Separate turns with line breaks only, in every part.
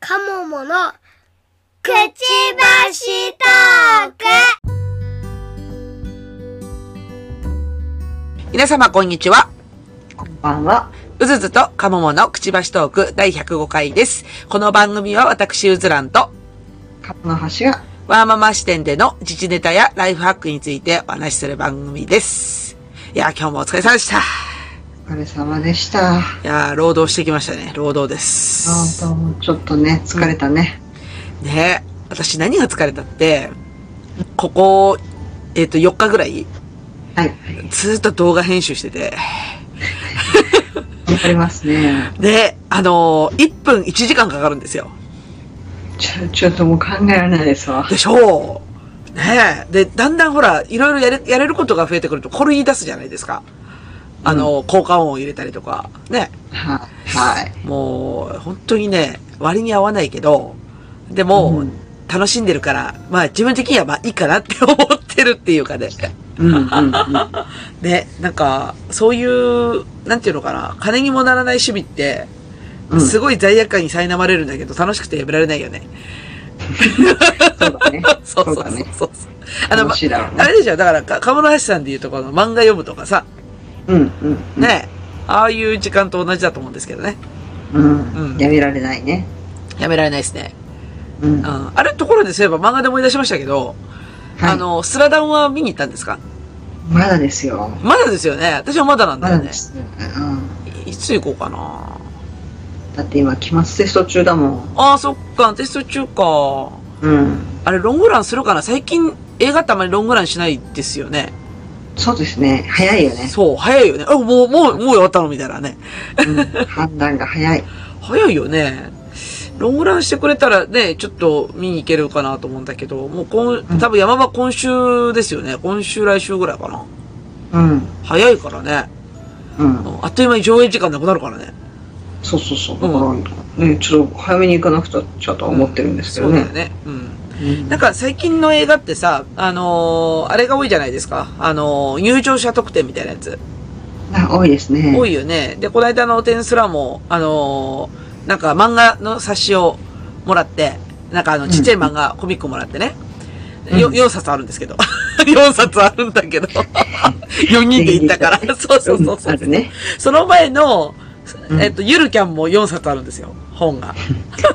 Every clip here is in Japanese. カモモのくちばしトーク
皆様、こんにちは。
こんばんは。
うずずとかもものくちばしトーク第105回です。この番組は私、うずらんと、
カブの橋が
ワーママ視点での自治ネタやライフハックについてお話しする番組です。いやー、今日もお疲れ様でした。い
お疲れ様でした。
やー、労働してきましたね。労働です。
本当ちょっとね、疲れたね。
ねえ私何が疲れたって、ここ、えっ、と、4日ぐらい、
はい。
ずーっと動画編集してて、
わかりますね。
で、あのー、1分1時間かかるんですよ。
ちょ、ちょっともう考えられないですわ。
でしょう。ねえ。で、だんだんほら、いろいろやれ、やれることが増えてくると、これ言い出すじゃないですか。あの、効果音を入れたりとか。ね。
はい。はい。
もう、本当にね、割に合わないけど、でも、
うん
楽しんでるから、まあ自分的にはまあいいかなって思ってるっていうかね。
うんうんうん。
ね、なんか、そういう、なんていうのかな、金にもならない趣味って、
うん
すごい罪悪感に苛まれるんだけど、楽しくてやめられないよね。
そうだね。
そうそうそ
だ
う
ね。
そう。あの、ま
楽しいだろうね
あれでしょ、だから、か、鴨の橋さんで言うとこの漫画読むとかさ、
うんうん。
ね、ああいう時間と同じだと思うんですけどね。
うん。
う
うんん。やめられないね。
やめられないですね。
うん。
う
はい。
ん。あれ、ところでそういえば漫画で思い出しましたけど、あの、スラダンは見に行ったんですか
まだですよ。
まだですよね。私はまだなん
ま
だよ
だ
ね
で。す。うん。
いいつ行こうかな。
だって今、期末テスト中だもん。
ああ、そっか、テスト中か。
うん。
あれ、ロングランするかな最近、映画ってあまりロングランしないですよね。
そうですね。早いよね。
そう、早いよね。あ、もう、もう、もう終わったのみたいなね。
うん。判断が早い。
早いよね。ロングランしてくれたらね、ちょっと見に行けるかなと思うんだけど、もう今、多分山場今週ですよね。今週来週ぐらいかな。
うん。
早いからね。
うん。
あっという間に上映時間なくなるからね。
そうそうそう。だから、ね、ちょっと早めに行かなくちゃとは思ってるんですけ
そ
ど
うだ
ね。
よね。うん。
うん
なんか最近の映画ってさ、あのーあれが多いじゃないですか。あのー入場者特典みたいなやつ。
あ多いですね。
多いよね。で、この間のテンスラも、あのーなんか漫画の冊子をもらって、なんかあの、ちっちゃい漫画、コミックもらってね。よ、4冊あるんですけど。4冊あるんだけ ど。4人で行ったか
全員で行った
ら。そうそうそうそう。
あるね。
その前の、
うん
えっと、ゆるキャンも4冊あるんですよ。本が。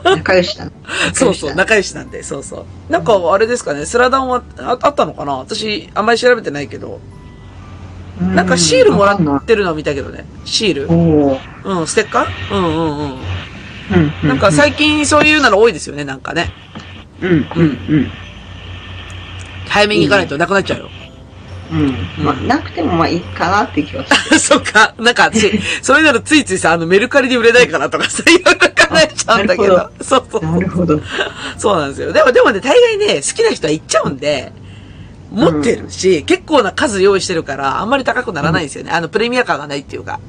仲良しだ。
そうそう、
仲
仲良しなんで、そうそう。なんか、あれですかね、スラダンはああったのかな私、あんまり調べてないけど。
良しだ
なんかシールもら
うんわかん
っ
ない
てるのは見たけどね。シール
おお。
うん、ステッカーうんうんうん。
う
なんか最近そういうなの多いですよね、なんかね。
うんうん
早めに行かないとなくなっちゃうよ。
うんうん。まあなくてもまあいいかなって気はする。
そっか。なんか、ついそういうなのついついさ、あの、メルカリで売れないかなとかさ、 いろいろ考えちゃうんだけど。
なる
そうそう。
なるほど。
そうなんですよ。でも、でもね、大概ね、好きな人は行っちゃうんで、持ってるし、結構な数用意してるから、あんまり高くならないんですよね。あの、プレミア感がないっていうか。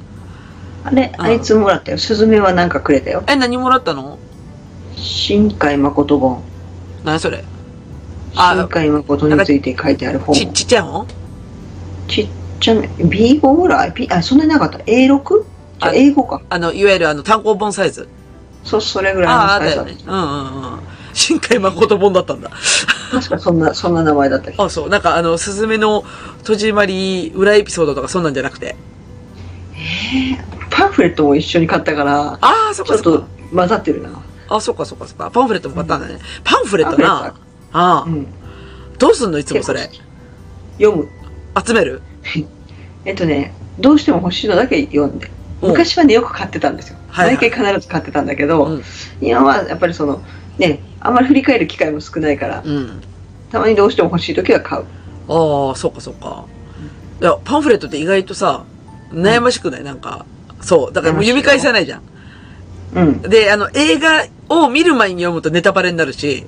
あれ、あいつもらったよ。スズメはなんかくれたよ。
え、何もらったの
新海誠本。
何それあ
新海誠について書いてある本。
ち、ちっちゃい本
ちっちゃめ。B5 ぐらい ?B、あ、そんなになかった。A6? じゃ
あ
あ英語か。
あの、いわゆるあの、単行本サイズ。
そう、それぐ
ああ、
ら
あ
いの
だ
サ
よ
イズだった
ね。うんうんうん。新海誠本だったんだ。
確かそんな、そんな名前だった気が
あ、そう。なんかあの、すずめの戸締まり裏エピソードとかそんなんじゃなくて。
パンフレットも一緒に買ったから、
ああ、そっ
ち
か
ょっ
そっ
と
か。
混ざってるな。
あ、そっかそっかそっか。パンフレットも買ったんだね。パンフレットな。
パン
あ
フ
あ、
うん。
どうすんのいつもそれ
結。構読む。
集める
えっとね、どうしても欲しいのだけ読んで。
うん
昔はね、よく買ってたんですよ。
はいはい
毎回必ず買ってたんだけど、
うん
今はやっぱりその、ね、あんまり振り返る機会も少ないから、
うん。
たまにどうしても欲しい時は買う。
ああ、そっかそっか。いや、パンフレットって意外とさ、悩ましくないなんか。そう。だからもう読み返せないじゃん。
うん、
で、あの、映画を見る前に読むとネタバレになるし、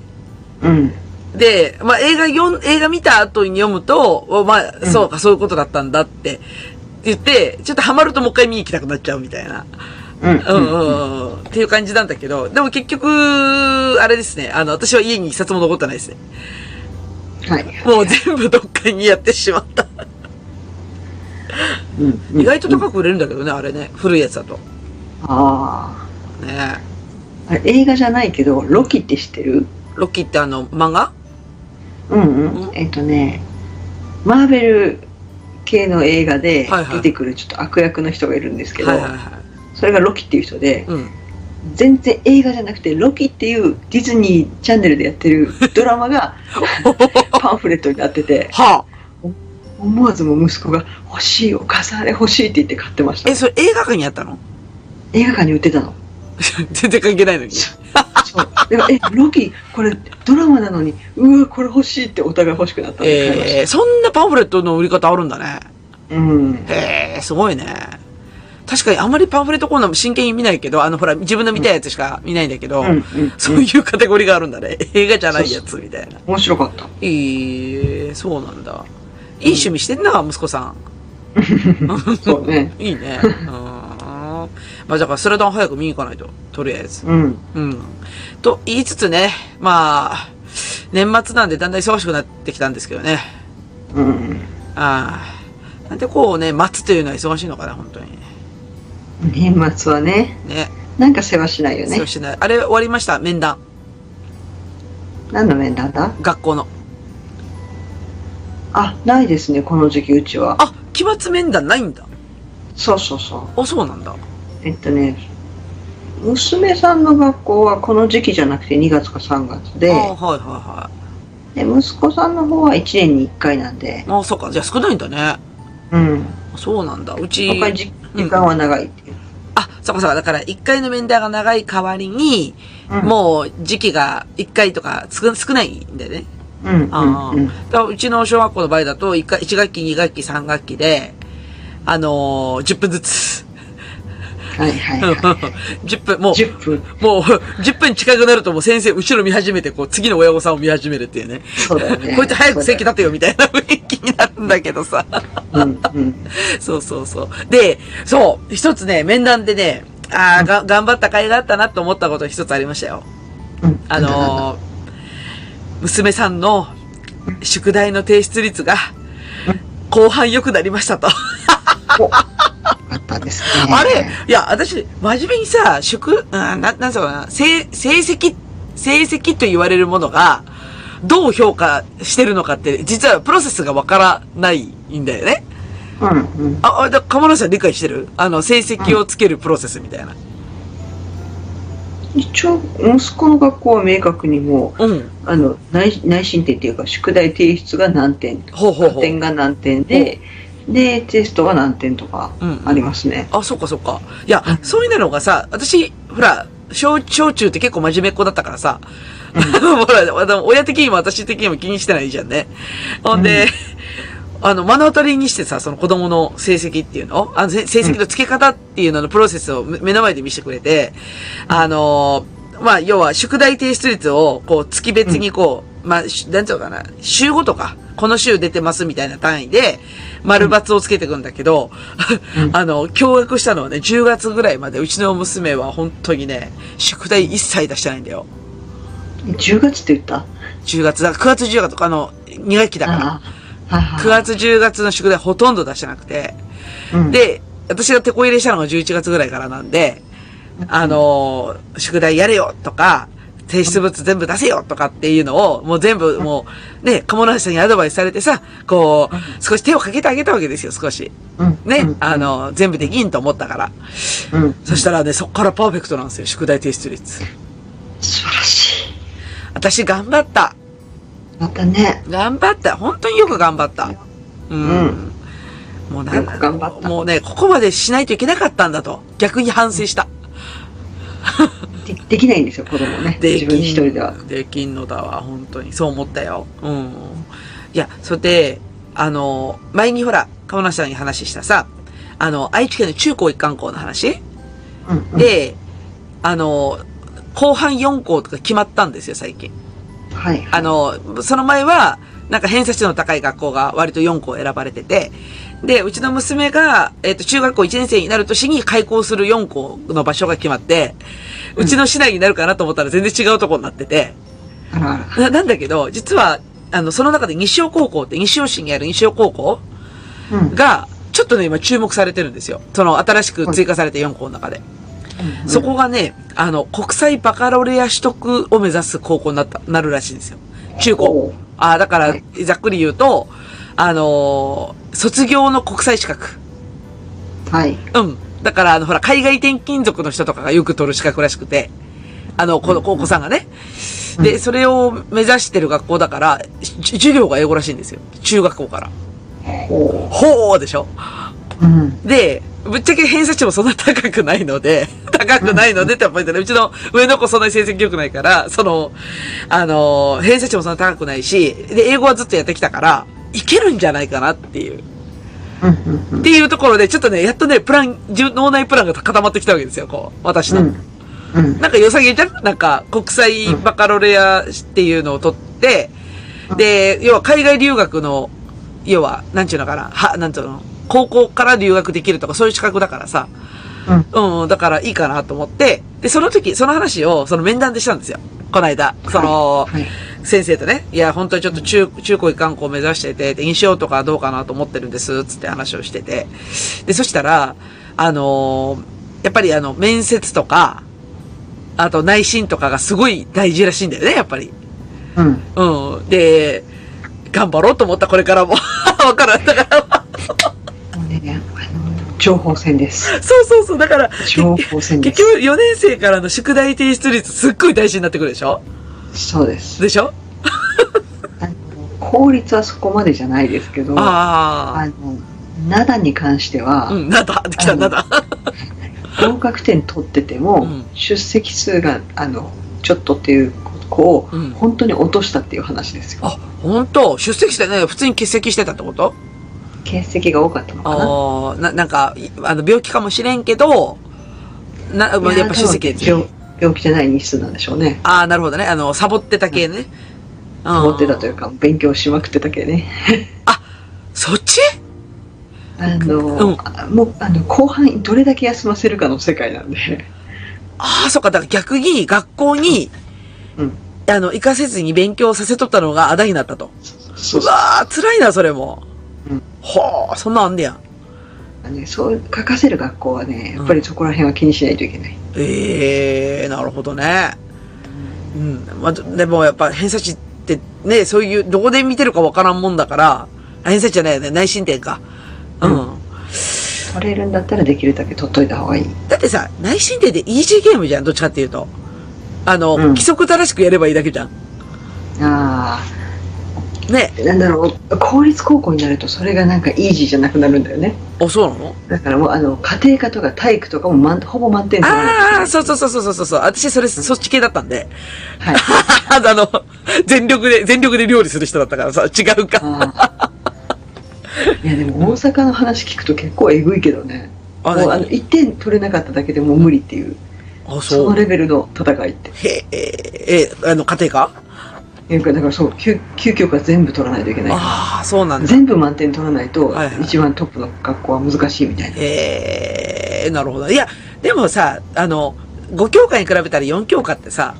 うん、
で、まあ、映画読ん、映画見た後に読むと、おまあ、
ん
そうか、そういうことだったんだって言って、ちょっとハマるともう一回見に行きたくなっちゃうみたいな。
うん、
う
うん。
うんんうん。っていう感じなんだけど、でも結局、あれですね、あの、私は家に一冊も残ってないですね。
はい。
もう全部どっかにやってしまった。
うん、うん
意外と高く売れるんだけどね、あれね。古いやつだと。
ああ。
ね
あれ映画じゃないけど、ロキって知ってる
ロッキーってあの、漫画
うん
う
うん。えっ、とね、マーベル系の映画で
はいはい
出てくるちょっと悪役の人がいるんですけど、
はいはいはい。
それがロキっていう人で、
うん。
全然映画じゃなくてロキっていうディズニーチャンネルでやってるドラマ がパンフレットになってて
はあ。
思わずもう息子が「欲しいお母さんあれ欲しい」って言って買ってました
え、それ映画館にあったの
映画館に売ってたの
全然関係ないのに。
そうでもえロキこれドラマなのにうわこれ欲しいってお互い欲しくなったんで買いました、
えー、そんなパンフレットの売り方あるんだね。
うん
へえ、すごいね。確かにあまりパンフレットコーナーも真剣に見ないけど、あのほら、自分の見たいやつしか見ないんだけど、
うんうん
そういうカテゴリーがあるんだね。映画じゃないやつみたいな。
面白かった
いい、そうなんだ。いい趣味してんな、息子さ
そうね
ん。いい ね。うーん。まあだから、スラダン早く見に行かないと。とりあえず。
うん
うん。と言いつつね、まあ、年末なんでだんだん忙しくなってきたんですけどね。
うん
ああ。なんでこうね、待つというのは忙しいのかな、本当に。
年末はね
ね。
なんか世話しないよね
そうしてない。あれ終わりました、面談。
何の面談だ
学校の。
あないですねこの時期うちは
あ、期末面談ないんだ。
そうそうそう
あ、そうなんだ。
えっとね、娘さんの学校はこの時期じゃなくて2月か3月で
あ、はいはいは
で息子さんの方は1年に1回なんで
い。、あそうか。じゃあ少ないんだね。
うん、
そうなんだ。うち。
他に時時間は長いっていう。
あ、そうかそうか。だから、一回の面談が長い代わりに、
うん
もう時期が一回とか少少ないんだよね。
うん、うん、
あ
うん。
だからうちの小学校の場合だと、一回、一学期、二学期、三学期で、あのー、10分ずつ。
はいはいはい。
10分、も う、
10分、
もう、10分近くなるともう先生、後ろ見始めて、こう、次の親御さんを見始めるっていうね。
そうだよ ね。
こいつ早く席
だ。
立てよ、みたいな雰囲気になるんだけど さ。
うん、うん。
そうそうそう。で、そう、一つね、面談でね、ああ、が、頑張った甲斐があったなと思ったこと一つありましたよ。
うん、
あのー娘さんの宿題の提出率が、後半良くなりましたと。
あったです ね。
あれいや、私、真面目にさ、宿、うん、な、なんつうのかな、成、成績、成績と言われるものが、どう評価してるのかって、実はプロセスがわからないんだよね。
うん、うん。
あ、あ、だ、かまらさん理解してるあの、成績をつけるプロセスみたいな。
一応、息子の学校は明確にも
うん。
う、あの、内内申点っていうか、宿題提出が何点
ほうほうほう。
点が何点で、で、テストが何点とかありますね。
あ、そうかそうか。いや、そういうのがさ、私、ほら、小、小中って結構真面目っ子だったからさ、ほら、あの親的にも私的にも気にしてないじゃんね。ほんで、あの、目の当たりにしてさ、その子供の成績っていうのあの、せ成績の付け方っていうののプロセスをめ目の前で見せてくれて、あのーまあ、要は、宿題提出率を、こう、月別にこう、まあ、しなんていうのかな、週ごとか、この週出てますみたいな単位で、丸抜をつけていくんだけど、 あの、驚愕したのはね、10月ぐらいまで、うちの娘は本当にね、宿題一切出してないんだよ。
10月って言った
10月、だから9月10月とか、あの、2学期だから。
ああ、はい
9
は
月10月の宿題ほとんど出してなくて、
い。うん、
で、私が手こ入れしたのが11月ぐらいからなんで、あのー宿題やれよとか、提出物全部出せよとかっていうのを、もう全部もう、ね、鴨梨さんにアドバイスされてさ、こう、少し手をかけてあげたわけですよ、少し。
うん、
ね
う、ん
あのー全部できんと思ったから。
うん、
そしたらね、そっからパーフェクトなんですよ、宿題提出率。
素晴らしい。
私頑張った。
またね、
頑張った。本当によく頑張った。うん。
うん
もうなん
よく頑張った
もうね、ここまでしないといけなかったんだと。逆に反省した。
でできないんですよ、子供ね。
で
自
きん
分一人では。
できんのだわ、本当に。そう思ったよ。うん。いや、それで、あの、前にほら、鴨梨さんに話したさ、あの、愛知県の中高一貫校の話、
うん、うん、
で、あの、後半4校とか決まったんですよ、最近。
はい。
あの、その前は、なんか偏差値の高い学校が割と4校選ばれてて、で、うちの娘が、えっ、と、中学校1年生になる年に開校する4校の場所が決まって、うちの市内になるかなと思ったら全然違うとこになってて、
あらあら。
ななんだけど、実は、あの、その中で西尾高校って、西尾市にある西尾高校
うん、
が、ちょっとね、今注目されてるんですよ。その新しく追加された4校の中で。
うん
そこがね、あの、国際バカロレア取得を目指す高校になった、なるらしいんですよ。中
お
高
う。
あーだから、ざっくり言うと、あのー卒業の国際資格。
はい。
うん。だから、あの、ほら、海外転勤族の人とかがよく取る資格らしくて、あの、この高校さんがね。で、それを目指してる学校だから、じ授業が英語らしいんですよ。中学校から。
ほ
ほーでしょ
う。うん。
で、ぶっちゃけ偏差値もそんな高くないので、高くないのでってやっぱりね、うちの上の子そんなに成績良くないから、その、あのー、偏差値もそんな高くないし、で、英語はずっとやってきたから、いけるんじゃないかなっていう。
うんうんうん
っていうところで、ちょっとね、やっとね、プラン、自分脳内プランが固まってきたわけですよ、こう、私の。
うん。うん。
なんか良さげじゃんなんか、国際バカロレアっていうのを取って、で、要は海外留学の、要は、なんちゅうのかな、は、なんていうの、高校から留学できるとか、そういう資格だからさ、
うん。
うん、だからいいかなと思って、で、その時、その話を、その面談でしたんですよ。この間、その、
はい。
先生とね、いや、本当にちょっと中、中高一貫校を目指してて、で、印象とかどうかなと思ってるんです、つって話をしてて。で、そしたら、あのーやっぱりあの、面接とか、あと内心とかがすごい大事らしいんだよね、やっぱり。
うん。
うん。で、頑張ろうと思った、これからも。 わからん。だから、
もうね、あの、情報戦です。
そうそうそう、だから、
情報戦で
結
す。
局4年生からの宿題提出率すっごい大事になってくるでしょ
そうです。
でしょ
あの効率はそこまでじゃないですけど、
あ
あの、灘に関しては、
あ。うん、なんだ、できた、
あの
なんだ。
合格点取ってても、
うん
出席数があのちょっとっていう子を
うん
本当に落としたっていう話ですよ、
あ、本当出席してね、普通に欠席してたってこと
欠席が多かったのかな
ああ、な、なんか、いあの、病気かもしれんけど、な、まあ、
い
やっぱ出席ですよ。
病病気じゃない日数なんでしょうね
ああ、なるほどね。あの、サボってた系ね。うん
持ってたというか勉強しまくってたけどね
そっち
あ
う
の
ん、
あもうあの後半どれだけ休ませるかの世界なんで
ああ、そっか。だから逆に、学校に、
うん
あの、行かせずに勉強させとったのがあだになったと。
そう
う
そう
わあ、辛いな、それも。
うん
はあ、そんなんあんねや。
ねそう書かせる学校はねやっぱりそこら辺は気にしないといけない、
ええなるほどね。うん。まあ、でもやっぱ偏差値ってね、そういう、どこで見てるかわからんもんだから、あ偏差値じゃないよね、内申点か。うん。
取れるんだったらできるだけ取っといた方がいい
だってさ、内申点ってイージーゲームじゃん、どっちかっていうと。あの、
うん
規則正しくやればいいだけじゃん。
ああ
ね。
なんだろう公立高校になるとそれがなんかイージーじゃなくなるんだよね
あ、そうなの
だからもうあの家庭科とか体育とかも満ほぼ満点取らない
ああ、そうそうそうそうそうそう。私、それ、そっち系だったんで。
はい
あの、全力で、全力で料理する人だったからさ、違うか。
あ ーいやでも大阪の話聞くと結構えぐいけどねも
あ
うあの1点取れなかっただけでもう無理っていう
あ、
そ
そ
の
う。
レベルの戦いって
へえ、え、え、あの、家庭か
いうかだからそう究究極は全部取らないといけない
ああ、そうなんだ。
全部満点取らないと
はいはい
一番トップの学校は難しいみたいな、
ええなるほど。いや、でもさ、あの、5教科に比べたら4教科ってさ、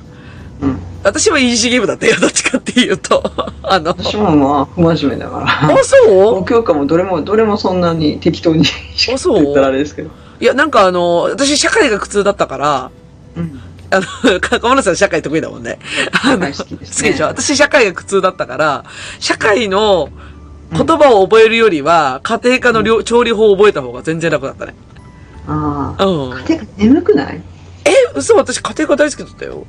うん、
私はイージーゲームだったよ。どっちかっていうと。 あの、
私もまあ不真面目だから
あ、そ
5教科もどれもどれもそんなに適当にし
あそう
言ったらあれですけど、
ういや、なんかあの、私社会が苦痛だったから、
うん、
あの、か小村さん社会得意だもんね。あの、
大
好
好きです、
き
ね、
でしょ私社会が苦痛だったから、社会の言葉を覚えるよりは、家庭科の料調理法を覚えた方が全然楽だったね。
あ
う
あ
ん。
てか眠くない
え、嘘私家庭科大好きだったよ。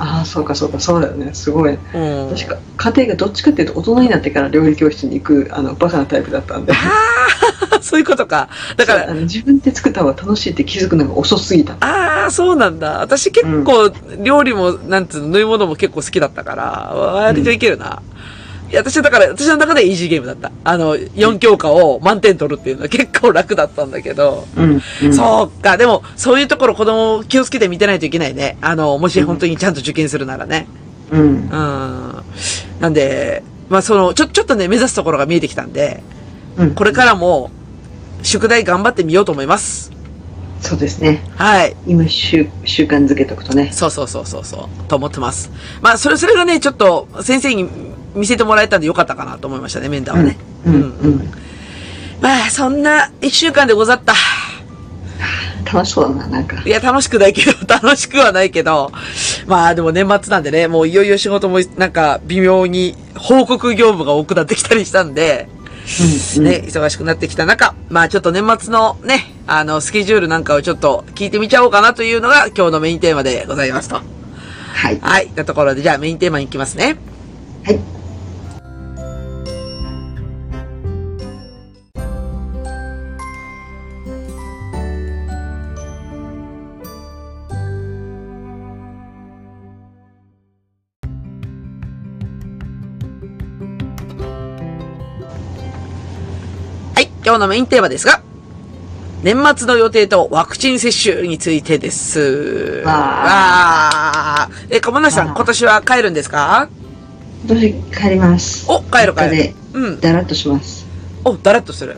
ああそうかそうかそうだよねすごい
うん。
私か家庭がどっちかっていうと大人になってから料理教室に行くあのバカなタイプだったんで
そういうことか。だから
そう、あの自分で作った方が楽しいって気づくのが遅すぎた
ああ、そうなんだ。私結構、料理も、なんつうの、縫い物も結構好きだったから、割といけるな。いや、私はだから、私の中ではイージーゲームだった。あの、4教科を満点取るっていうのは結構楽だったんだけど。
うん、うん、
そうか。でも、そういうところ子供を気をつけて見てないといけないね。あの、もし本当にちゃんと受験するならね。
う、ん
うん。なんで、まあその、ちょ、ちょっとね、目指すところが見えてきたんで、
うん、
これからも、宿題頑張ってみようと思います。
そうですね
はい。
今習習慣づけとくとね
そうそうそうそうそう、と思ってます。まあ、それ、それがね、ちょっと、先生に見せてもらえたんでよかったかなと思いましたね、面談はね。
うんうん、うん、
まあ、そんな一週間でござった。
楽しそうだな、なんか
い。や、楽しくないけど、 楽しくはないけど、まあでも年末なんでね、もういよいよ仕事もなんか微妙に報告業務が多くなってきたりしたんで、
うんうん
ね、忙しくなってきた中、まあちょっと年末のね、あの、スケジュールなんかをちょっと聞いてみちゃおうかなというのが今日のメインテーマでございますと。
はい。は
はい。なところで、じゃあメインテーマに行きますね。
い。
はい。今日のメインテーマですが、年末の予定とワクチン接種についてです。
わ
わあ。え、小なさ
わ
ん、
あ
今年は帰るんですか
どうし帰ります。
お、帰る帰
中
る
で。
うん。
だらっとします。
お、だらっとする。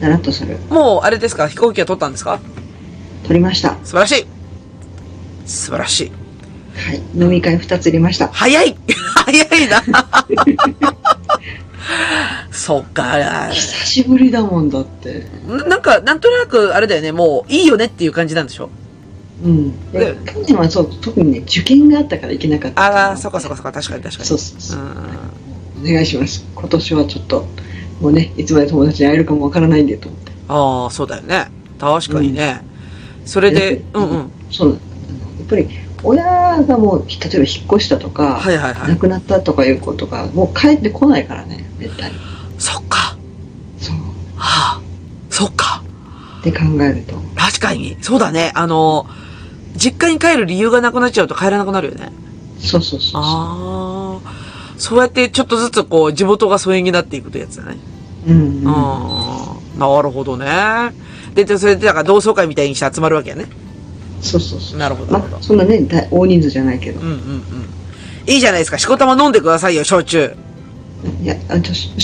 だらっとする。
もう、あれですか飛行機は取ったんですか
取りました。は
素晴らしい。素晴らしい。
い。飲み会二つ入れました。
早い 早いな そうか。な
久しぶりだもんだって。
なんか、なんとなく、あれだよね、もう、いいよねっていう感じなんでしょ
うん。で
ね
去年はそう、特にね、受験があったから行けなかったから。
ああ、そっかそっかそっか、確かに確かに。
そうそうそうう。
ん
お願いします。今年はちょっと、もうね、いつまで友達に会えるかもわからないんでと思って。
ああ、そうだよね。確かにね。それで、う
うん
んうん。
そうなのやっぱり、親がもう、例えば引っ越したとか、
はいはいは
亡
い。
くなったとかいう子とか、もう帰ってこないからね、絶対。
そっか。
そう。
はあ。そっか。
って考えると。
確かに。そうだね。あの、実家に帰る理由がなくなっちゃうと帰らなくなるよね。
そうそうそうそ
ああ。そうやってちょっとずつこう、地元が疎遠になっていくというやつだね。
う。うん、うん。
うん。なるほどね。で、でそれで、だから同窓会みたいにして集まるわけやね。
そうそうそう。
なるほどなるほ
ま
ど
あ、そんなね、大大人数じゃないけど
うん。うんうん。いいじゃないですか。しこたま飲んでくださいよ、焼酎。
いや、あと、し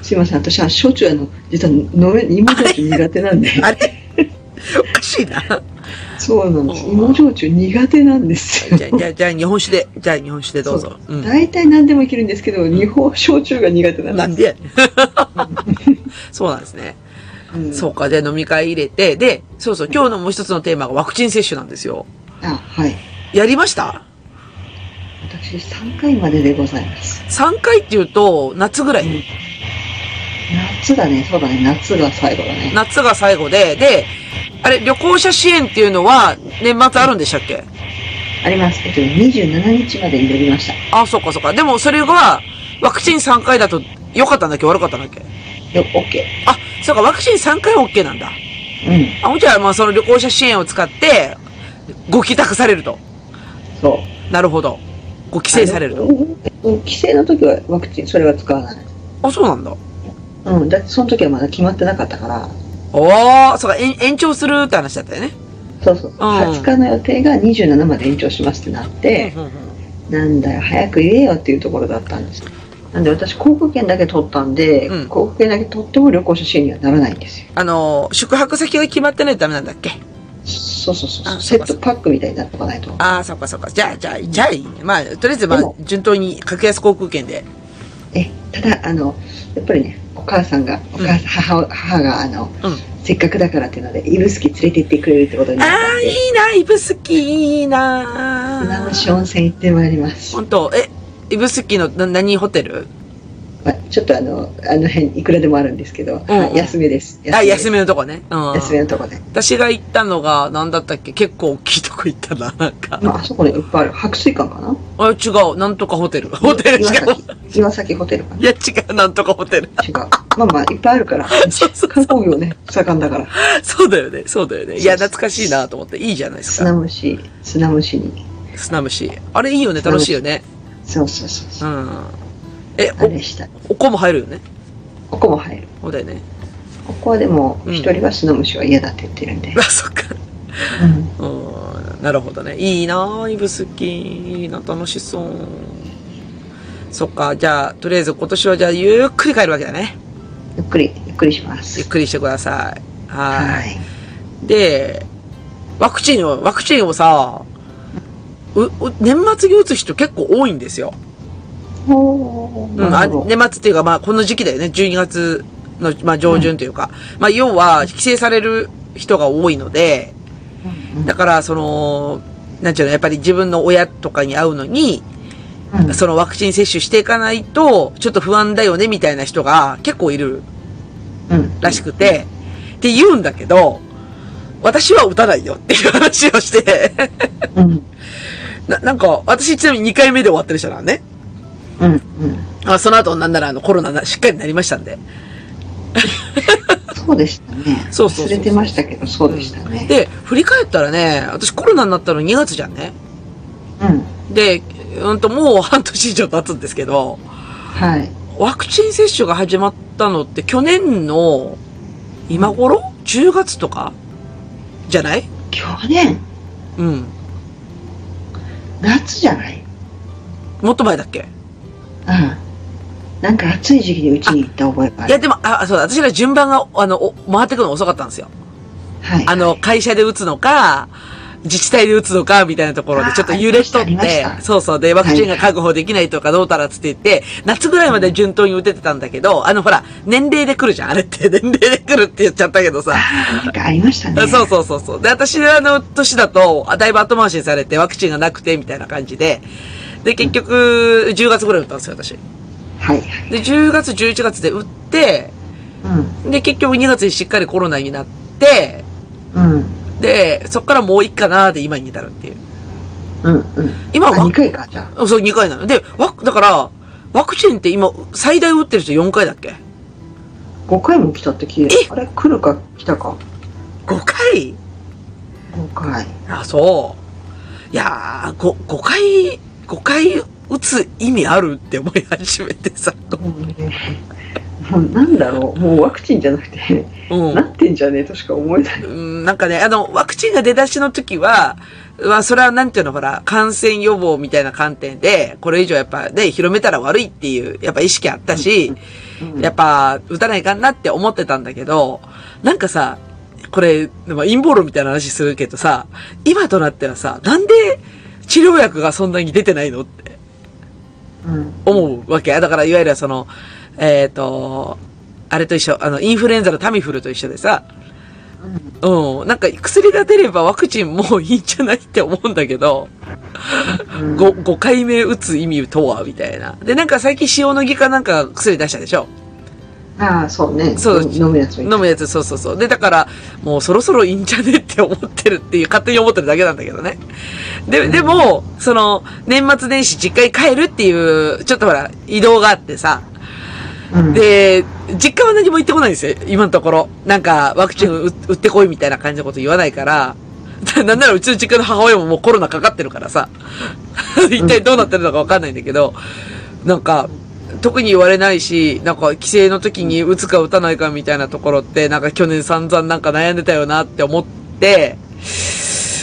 すいません、私は焼酎あの、実は飲め、芋焼酎苦 手なんで。
あれおかしいな。
そうなんです。
うん
芋焼酎苦手なんですよ
じゃ。あ、じゃあ、じゃあ日本酒で、じゃあ日本酒でどうぞ。うん。
大体何でもいけるんですけど、日本焼酎が苦手な
なんん
で
で
す。
やねん そうなんですね。
うん
そうか。で、飲み会入れて、で、そうそう、今日のもう一つのテーマがワクチン接種なんですよ。
あ、はい。
やりました
私、3回まででございます。
?3 回っていうと、夏ぐらい。
夏だね、そうだね、夏が最後だね。
夏が最後で、で、あれ、旅行者支援っていうのは、年末あるんでしたっけ
あります。えっと、27日までに呼びました。
あ、そうかそうか。でも、それは、ワクチン3回だと、良かったんだっけ悪かったんだっけ
よ、OK。
あ、そうか、ワクチン3回 OK なんだ。
うん、
あ、もちろん、まあ、その旅行者支援を使って、ご帰宅されると。
そう。
なるほど。ご規制される
あ
と。
のうん規制の時はワクチン、それは使わない。
あ、そうなんだ。
うん、だってその時はまだ決まってなかったから、
おー、そうか、延延長するって話だったよね。
そうそう、20日の予定が27まで延長しますってなって、なんだよ、早く言えよっていうところだったんです。なんで私、航空券だけ取ったんで、
うん
航空券だけ取っても旅行者支援にはならないんですよ。
あのー、宿泊先が決まってないとダメなんだっけ
そうそうそう
あ
セ
そうか
ットパックみたいになっとかないと。
ああ、そっかそっか。じゃあ、じゃあ、じゃあいいね。まあ、とりあえず、ま
で
あ
も、
順当に格安航空券で。
え、ただ、あの、やっぱりね、お母さんが、お母さん、母を母が、あの、
うん
せっかくだからっていうので、指宿連れて行ってくれるってことに
あ
なった
あ、
ん
い
で、
いな、イブスキー、いい
船
な
橋温泉行ってまいります。
本当え、イブスキーのな何ホテル
まあ、ちょっとあの、あの辺、いくらでもあるんですけど、
うん
はい安めです。
あ、休
め
みのとこね。うん。
です。安めのとこで。
私が行ったのが、なんだったっけ結構大きいとこ行ったな、なんか。
まあ、あそこにいっぱいある。白水館かな
あ、違う、なんとかホテル。ホテル違
岩
う。
崎岩崎ホテルかない
や、違う、なんとかホテル。
違う。まあまあ、いっぱいあるから。
そうそう
観光業ね、盛んだから。
そうだよね、そうだよね。いや、懐かしいなと思って、いいじゃないです
砂
か。
虫、砂虫に。
砂虫。あれいいよね、楽しいよね。
そうそうそう
う
そう。
ん。え、
あれしたい。
お、お子も入るよね。
ここも入る。
そうだよね。
ここはでも、
うん
一人は砂虫は嫌だって言ってるんで
あ、。そっか。
うん
うん、なるほどね。いいなあイブスキー。いいな、楽しそう。そっか、じゃあ、とりあえず今年はじゃあ、ゆっくり帰るわけだね。
ゆっくり、ゆっくりしま
ゆっ
す。
くりしてください。は。
はいい。
で、ワクチンを、ワクチンをさ、う、う年末に打つ人結構多いんですよ。
おー
うん、
な
あ
るほど
年末っていうか、まあ、この時期だよね。12月の、まあ、上旬というか。まあ、要は、帰省される人が多いので、
うん
だから、その、なんちゅうの、やっぱり自分の親とかに会うのに、
うん
そのワクチン接種していかないと、ちょっと不安だよね、みたいな人が結構いる
うん
らしくて、って言うんだけど、私は打たないよっていう話をして、
うん
な、なんか、私ちなみに2回目で終わってる人なんね。
うんうん
あその後、なんならあの、コロナな、しっかりなりましたんで。
そうでしたね
そうそうそう
忘れてましたけどそうでしたね
で、振り返ったらね、私コロナになったの2月じゃんね。
うん
で、うんと、もう半年以上経つんですけど、
はい
ワクチン接種が始まったのって去年の今頃 ?10 月とかじゃない
去年
うん。
夏じゃない
もっと前だっけ
うんなんか暑い時期にうちに行った覚えがあ
いや、
る
でも、あ、そう、私ら順番が、あの、お回ってくるの遅かったんですよ。
はい
あの、会社で打つのか、自治体で打つのか、みたいなところで、
あー
ちょっと揺れとっ
ありましてたありまし、た
そうそう、で、ワクチンが確保できないとかどうたらっつって言って、夏ぐらいまで順当に打ててたんだけど、あの、ほら、年齢で来るじゃん、あれって。 年齢で来るって言っちゃったけどさ。
なんかありましたね
そうそうそうそう。で、私のあの年だと、あだいぶ後回しにされて、ワクチンがなくて、みたいな感じで。で、結局、10月ぐらい打ったんですよ、私。
はいはい
で、10月、11月で打って、
う
で、結局2月にしっかりコロナになって、
んうん
で、そっからもういいかなーで今に至るっていう。
うんうん
今
あ
は
二、回かじゃあ
そう、2回なの。で、ワク、だから、ワクチンって今、最大打ってる人4回だっけ
5回も来たって聞い
え
てあれ来るか来たか
?5 回
5回
あ、そう。いやー、5、5回、5回打つ意味あるって思い始めてさ。
もうねもうなんだろうもうワクチンじゃなくて
うん
な。ってんじゃねえとしか思えない
うんなんかね、あの、ワクチンが出だしの時は、まあ、それはなんていうのほら、感染予防みたいな観点で、これ以上やっぱね、広めたら悪いっていう、やっぱ意識あったし、
うん
やっぱ、打たないかなって思ってたんだけど、なんかさ、これ、まあ、陰謀論みたいな話するけどさ、今となってはさ、なんで治療薬がそんなに出てないのって
うん
思うわけ。だから、いわゆるその、えっ、と、あれと一緒、あの、インフルエンザのタミフルと一緒でさ、うん。なんか薬が出ればワクチンもういいんじゃないって思うんだけど、
うんうん
5, 5回目打つ意味とはみたいな。で、なんか最近塩野義かなんか薬出したでしょ
ああそうね
そう
飲むやつもいい
飲むやつ、そうそうそう。で、だから、もうそろそろいいんじゃねって思ってるっていう、勝手に思ってるだけなんだけどね。で、でも、その、年末年始実家に帰るっていう、ちょっとほら、移動があってさ、
うん
で、実家は何も言ってこないんですよ、今のところ。なんか、ワクチン打打ってこいみたいな感じのこと言わないから、 なんならうちの実家の母親ももうコロナかかってるからさ、 一体どうなってるのかわかんないんだけど、なんか、特に言われないし、なんか、帰省の時に打つか打たないかみたいなところって、なんか去年散々なんか悩んでたよなって思って、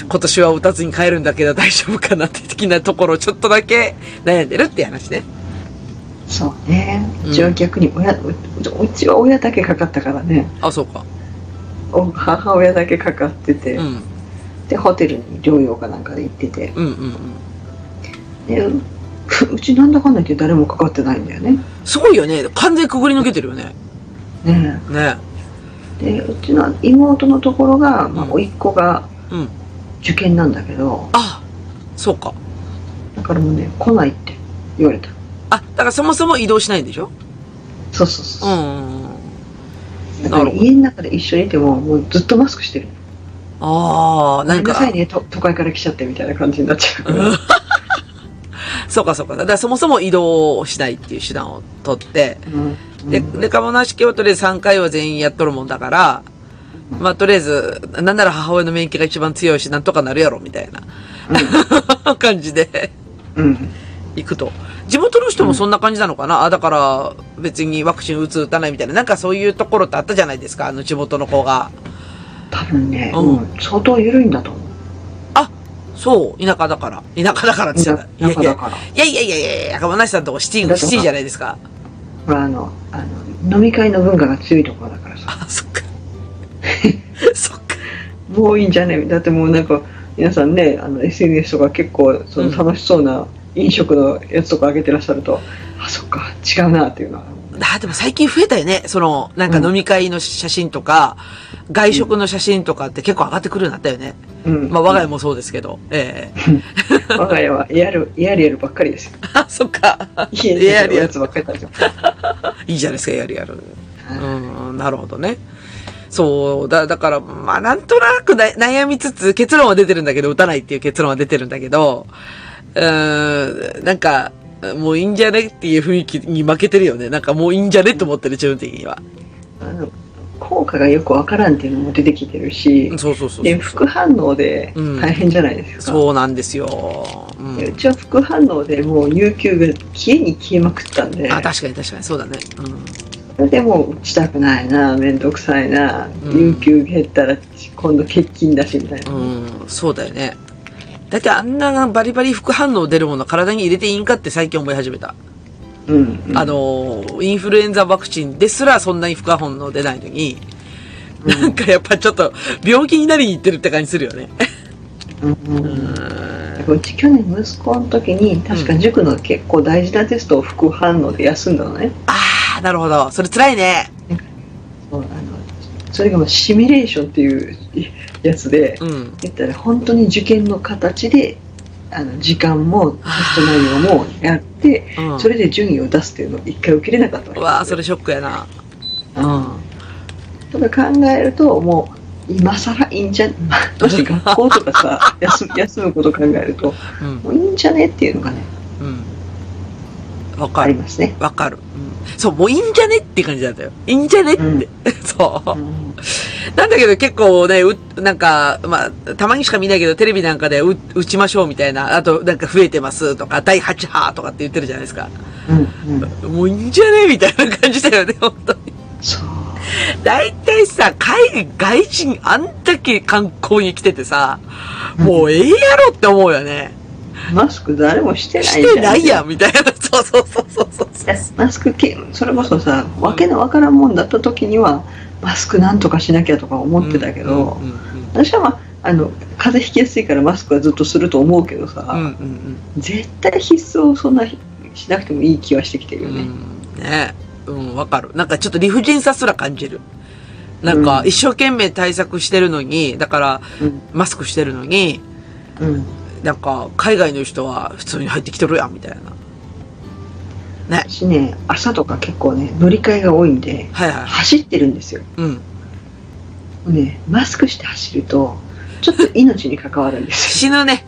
今年は打たずに帰るんだけど大丈夫かなって的なところをちょっとだけ悩んでるって話ね。
そうね
うん
うちは逆に親、ううちは親だけかかったからね
あ、そうか。
お母親だけかかってて、
うん。
でホテルに療養かなんかで行ってて
うんうんうん。
でううちなんだかんだ言って誰もかかってないんだよね
すごいよね。完全にくぐり抜けてるよね。
ね
ね。
えでうちの妹のところが、まあ、
うん
甥っ子が
うん。
受験なんだけど
あ、そうか。
だからもうね来ないって言われた
あ、だからそもそも移動しないんでしょ
そうそうそうう、
ん。
だから
なるほど
家の中で一緒にいてももうずっとマスクしてる
ああ、
ご
な
め
ん
んな
か、
さいねと都会から来ちゃってみたいな感じになっちゃうから、
うんそうかそうか。だからそもそも移動をしないっていう手段を取って、
うん
で、
うん
で、かもなし家はとりあえず3回は全員やっとるもんだから、まあとりあえず、なんなら母親の免疫が一番強いし、なんとかなるやろ、みたいな、 感じで。
うん
行くと。地元の人もそんな感じなのかな、あ、だから、別にワクチン打つ打たないみたいな、なんかそういうところってあったじゃないですか、あの地元の子が。
多分ね、
うん
うん相当緩いんだと思う
あ、そう、田舎だから。田舎だからって言っちゃった。いや
中
いや
だ、から
いやいやいやいやいや、山梨さんのとこシティ
だから
シティじゃないですか。
ほらあのあの飲み会の文化が強いところだからさ
あ、 そっか。そっか。
もういいんじゃねだってもうなんか皆さんねあの SNS とか結構そ
うん
の楽しそうな飲食のやつとか上げてらっしゃると、あそっか違うなっていうのは
あ、でも最近増えたよね。その、なんか飲み会の写真とか、外食の写真とかって結構上がってくるようになったよね。
うん
まあ、我が家もそうですけど。え え
我が家はやる、やるやるばっかりですよ。
あ、そっか。
家でやるやつばっかりなん ですよ。
いいじゃないですか、やるやる。
は
うん、なるほどね。そう、だ、だから、まあ、なんとなくな悩みつつ、結論は出てるんだけど、打たないっていう結論は出てるんだけど、うーん、なんか、もういいんじゃねっていう雰囲気に負けてるよね。なんかもういいんじゃねと思ってる、自分的には。
いあの効果がよくわからんっていうのも出てきてるし、
そうそうそうそう
で、副反応で
うん
大変じゃないですか。
そうなんですよ。う。
でうんちは副反応でもう有給が消えに消えまくったんで、
あ、確かに確かに、そうだね。うん。
それでもう打ちたくないな、めんどくさいな、
うん
有給減ったら今度欠勤だしみたいな。
うん、そうだよね。だってあんなバリバリ副反応出るもの体に入れていいんかって最近思い始めた。
うんうん
あのー、インフルエンザワクチンですらそんなに副反応出ないのに、なんかやっぱちょっと病気になりに行ってるって感じするよね。
うんうち去年息子の時に確か塾の結構大事なテストを副反応で休んだのね、
ああ、なるほど。それ辛いね。
そうあのそれがもうシミュレーションっていうやつで、
うん。
言ったら本当に受験の形であの時間もテスト内容もやって
うん、
それで順位を出すっていうのを一回受けれなかったわ
う
け
わあ、それショックやな。
うんとか考えるともう今更いいん じゃどうして学校とかさ休休むこと考えると
うん。
もういいんじゃねっていうのがね
うん。わ
あ
か
り
る。
ますね、
わかる、うん。そう、もういいんじゃねって感じなんだよ。いいんじゃねって。
う
そう。
うん
なんだけど結構ね、う、なんか、まあ、たまにしか見ないけど、テレビなんかでう、打ちましょうみたいな、あと、なんか増えてますとか、第8波とかって言ってるじゃないですか。
うんうん、
もういいんじゃねみたいな感じだよね、本当に。
そう
大体さ、海外、外人あんだけ観光に来ててさ、もうええやろって思うよね。
マスク誰もしてない
し
じゃん
てないやん、みたいな。そうそうそうそうそうそう。
マスクけそれこそさわけのわからんもんだった時にはマスクなんとかしなきゃとか 思ってたけど、
うんうん
私は、まあ、あの風邪ひきやすいからマスクはずっとすると思うけどさ、
うん。うんうん
絶対必須をそんなしなくてもいい気はしてきてる
う
よ
ん。う
ね、
ん。ねうん、わかる。なんかちょっと理不尽さすら感じる。なんか、
うん
一生懸命対策してるのに、だから、
うん
マスクしてるのに、
うん、
なんか、海外の人は普通に入ってきてるやん、みたいな。
私ね朝とか結構ね乗り換えが多いんで
はいはい。
走ってるんですよ
うん。
ねマスクして走るとちょっと命に関わるんです
死ぬね。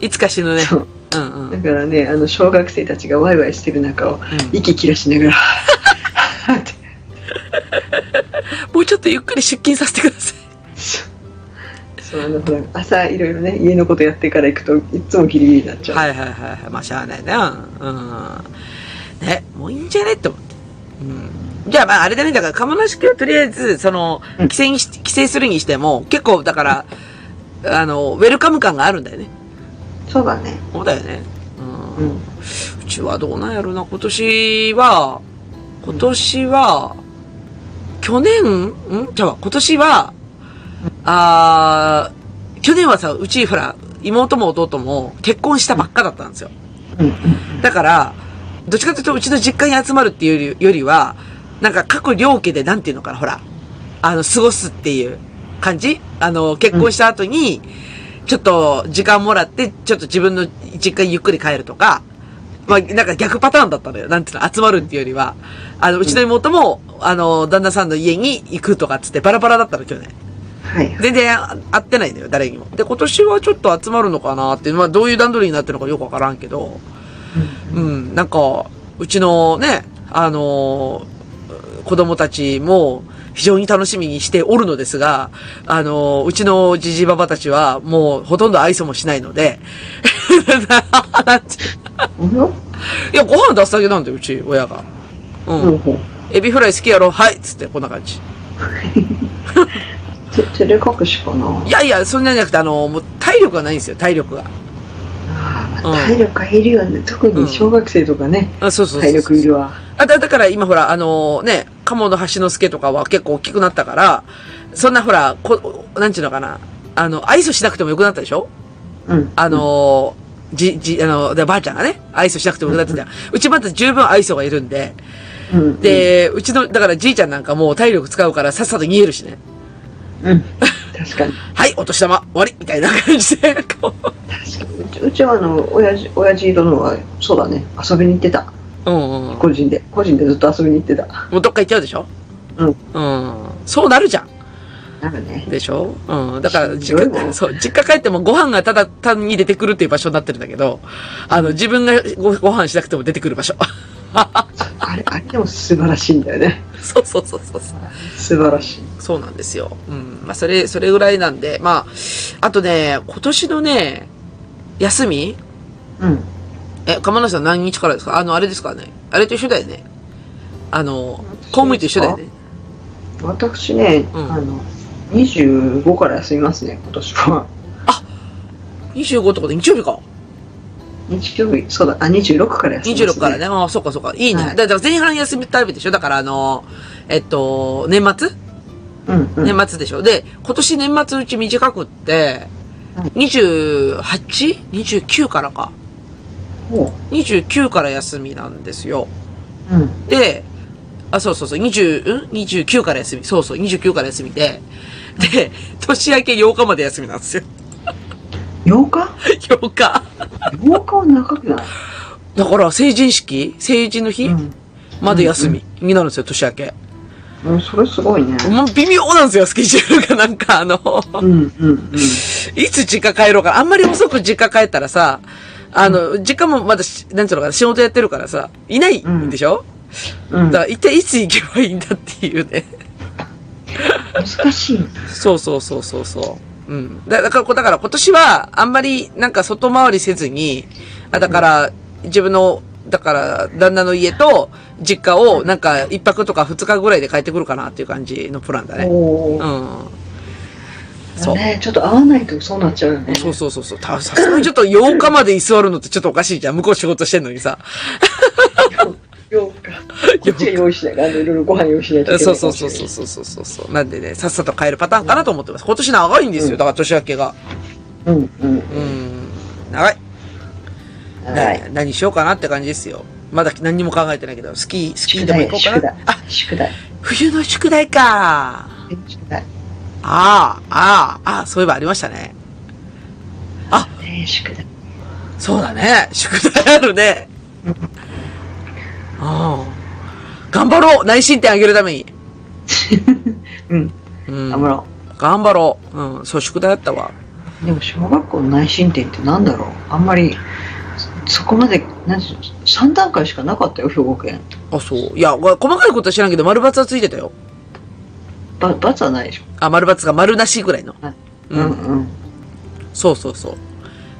いつか死ぬね
よ。そう
うんうん。う
だ
ん
からねあの小学生たちがワイワイしてる中を息切らしながらって
もうちょっとゆっくり出勤させてください。
そうあのほら朝いろいろね家のことやってから行くといつもギリギリになっちゃう、
はいはいはいはい。まあ、しゃあないな。うん。ね、もういいんじゃねって思って。うん。じゃあまあ、あれだね。だから、鴨なしはとりあえず、その、
うん
規制にし、規制するにしても、結構、だから、あの、ウェルカム感があるんだよね。
そうだね
そうだよね。
う
うん
ん
うちはどうなんやろな、今年は、今年は、去年、んじゃあ今年は、あー去年はさ、うちほら、妹も弟も結婚したばっかだったんですよ。
うんうん
だから、どっちかというとうちの実家に集まるっていうよりよりは、なんか各両家でなんていうのかな、ほら、あの、過ごすっていう感じあの、結婚した後に、ちょっと時間もらって、ちょっと自分の実家にゆっくり帰るとか、まあ、なんか逆パターンだったのよ。なんていうの、集まるっていうよりは、あの、うちの妹も、あの、旦那さんの家に行くとかっつってバラバラだったの、去年。
はい
全然会ってないんだよ、誰にも。で、今年はちょっと集まるのかなって、まあ、どういう段取りになってるのかよくわからんけど、うん、なんか、うちのね、あのー子供たちも非常に楽しみにしておるのですが、あのーうちのじじばばたちはもうほとんど愛想もしないので、 なんて
うん
いや、ご飯出すだけなんだよ、うち、親が。う。
うんんうん
エビフライ好きやろはいっつって、こんな感じ。
て照れ隠しかない
やいや、そんなんじゃなくて、あのーもう体力がないんですよ、体力が。
あ
うん
ー体力がいるよね特に小学生とかね、
あそうそうそうそう
体力いるわ
あ、だ、だから今ほら、あのね、鴨の橋之助とかは結構大きくなったから、そんなほら、こ、なんちゅうのかな、あの、愛想しなくてもよくなったでしょ
うん
あのじ、じ、あの、でばあちゃんがね、愛想しなくてもよくなってた。うちまだ十分愛想がいるんで、
うん、
で、うちの、だからじいちゃんなんかもう体力使うからさっさと逃げるしね。
うん、確かに。
はい、お年玉、終わりみたいな感じで、こう。
確かに。うちうちは、あの、親父、親父殿は、そうだね、遊びに行ってた。
うんうんうん。
個人で。個人でずっと遊びに行ってた。
もうどっか行っちゃうでしょ
うん。
うん。そうなるじゃん。
なるね。
でしょうん。だから、
し
実
んどいも
家、
ん
そう、実家帰ってもご飯がただ単に出てくるっていう場所になってるんだけど、あの、自分がごご飯しなくても出てくる場所。
あれ、あれでも素晴らしいんだよね。
そうそうそうそうそう。
素晴らしい。
そうなんですよ。うん。まあ、それ、それぐらいなんで、まあ、あとね、今年のね、休み
うん。
え、釜梨さん何日からですかあの、あれですかね。あれと一緒だよね。あの、公務員と一緒だよね。
私ね、
うん
あの、25から休みますね、今年は。
25ってこと日曜日か。
日曜日、そうだ、あ、26から休みます、ね。
26からね。。ああ、そうかそうか。いいね。
はい
だだから前半休みタイプでしょだからあの、えっと、年末
うん、うん。
年末でしょ、で、今年年末うち短くって、
はい
28?29 からか。
も
29から休みなんですよ。
う、うん。
で、あ、そうそうそう、20、ん ?29 から休み。そうそう、29から休みで、で、年明け8日まで休みなんですよ。
8日
8日。
8日は長くない、
だから、成人式成人の日、
うん
まで休みになるんですよ、年明け。
うん、それすごいね。
もう微妙なんですよ、スケジュールが。なんか、あの、
うん、うん、うん。
いつ実家帰ろうかな。あんまり遅く実家帰ったらさ、あの、実家もまだし、なんていうのかな、仕事やってるからさ、いないんでしょ、
うん、
だから一体いつ行けばいいんだっていうね。
難しい。
そうそうそうそうそう。うん。だだから、だから今年は、あんまり、なんか外回りせずに、あ、だから、自分の、だから、旦那の家と、実家を、なんか、一泊とか二日ぐらいで帰ってくるかなっていう感じのプランだね。
お
う
ー
ん。そう。
ね、ちょっと合わないとそうなっちゃうよね。
そうそうそうそう。たさすがにちょっと8日まで居座るのってちょっとおかしいじゃん。向こう仕事してんのにさ。
8日。こっちが用意しないから、いろいろご飯用意しないといけ
そ
な
う
いか
そう
もし
そ
れ
う
ない。
そうそうそうそうそう。なんでね、さっさと帰るパターンかなと思ってます。今年長いんですよ。だから年明けが。
う。うん、うん。
うん。長い。
はい。
な何しようかなって感じですよ。まだ何にも考えてないけど、スキー、スキー
宿
でも行
題
こ、う
宿
かな
題。。
あ、
宿題。
冬の宿題か。
宿題。
ああ、ああ、ああ、そういえばありましたね。
ね、宿題。
そうだね。宿題あるね。ああ。頑張ろう内申点上げるために。
うん、
うん。
頑張ろ
頑張ろう。うん。そう、宿題だったわ。
う。でも、小学校の内申点ってなんだろうあんまり、そそこまで、なんていうの3段階しかなかったよ、兵庫県。
あ、そう。いや、わ細かいことは知らんけど、丸×はついてたよ。
ば、罰はないでしょ。
あ、丸×が丸なしぐらいの。う
うんん、うん。
そうそうそう。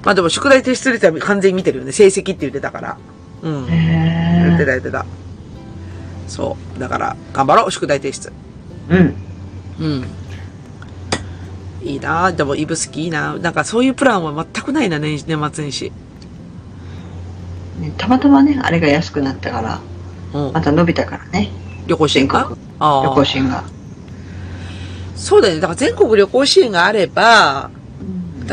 まあでも、宿題提出率は完全に見てるよね。成績って言ってたから。うん。言ってた
へ
言ってた。そう。だから、頑張ろう、宿題提出。
ーうん。
うん。いいなでも、イブスキーいいななんか、そういうプランは全くないな、年年末年始。
ねたまたまね、あれが安くなったから、
うん
ま。た伸びたからね、
旅行支援
全
か
国
あ
旅
あ
行。支援が。
そうだよね。だから、全国旅行支援があれば、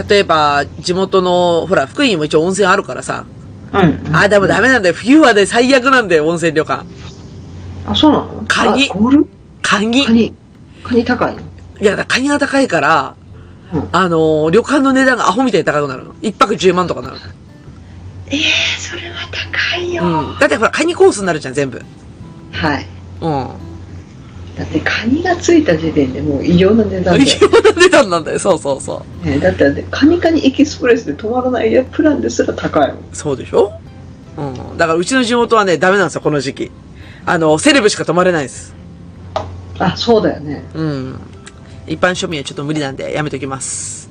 例えば、地元の、ほら、福井にも一応温泉あるからさ。
うん。
あ、でもダメなんだよ。冬はね、最悪なんだよ、温泉旅館。
あ、そうなの
カニ
あゴール
カニ。
カ
い
ニ。カニ高いの
や、だカニが高いから、
うん
あのー、旅館の値段がアホみたいに高くなるの。一泊10万とかなる
ええそれは高い
の。うん。だってほら、カニコースになるじゃん、全部。
はい。
うん。
だってカニがついた時点でもう異様な値段
異
で。
常な値段なんだよ。 そうそうそ
ね、だってカニカニエキスプレスで止まらないやプランですら高いもん。
う。そうでしょうん。だから、うちの地元はね、ダメなんですよ、この時期。あの、セレブしか泊まれないです。
あ、そうだよね。
うん。一般庶民はちょっと無理なんで、やめときます。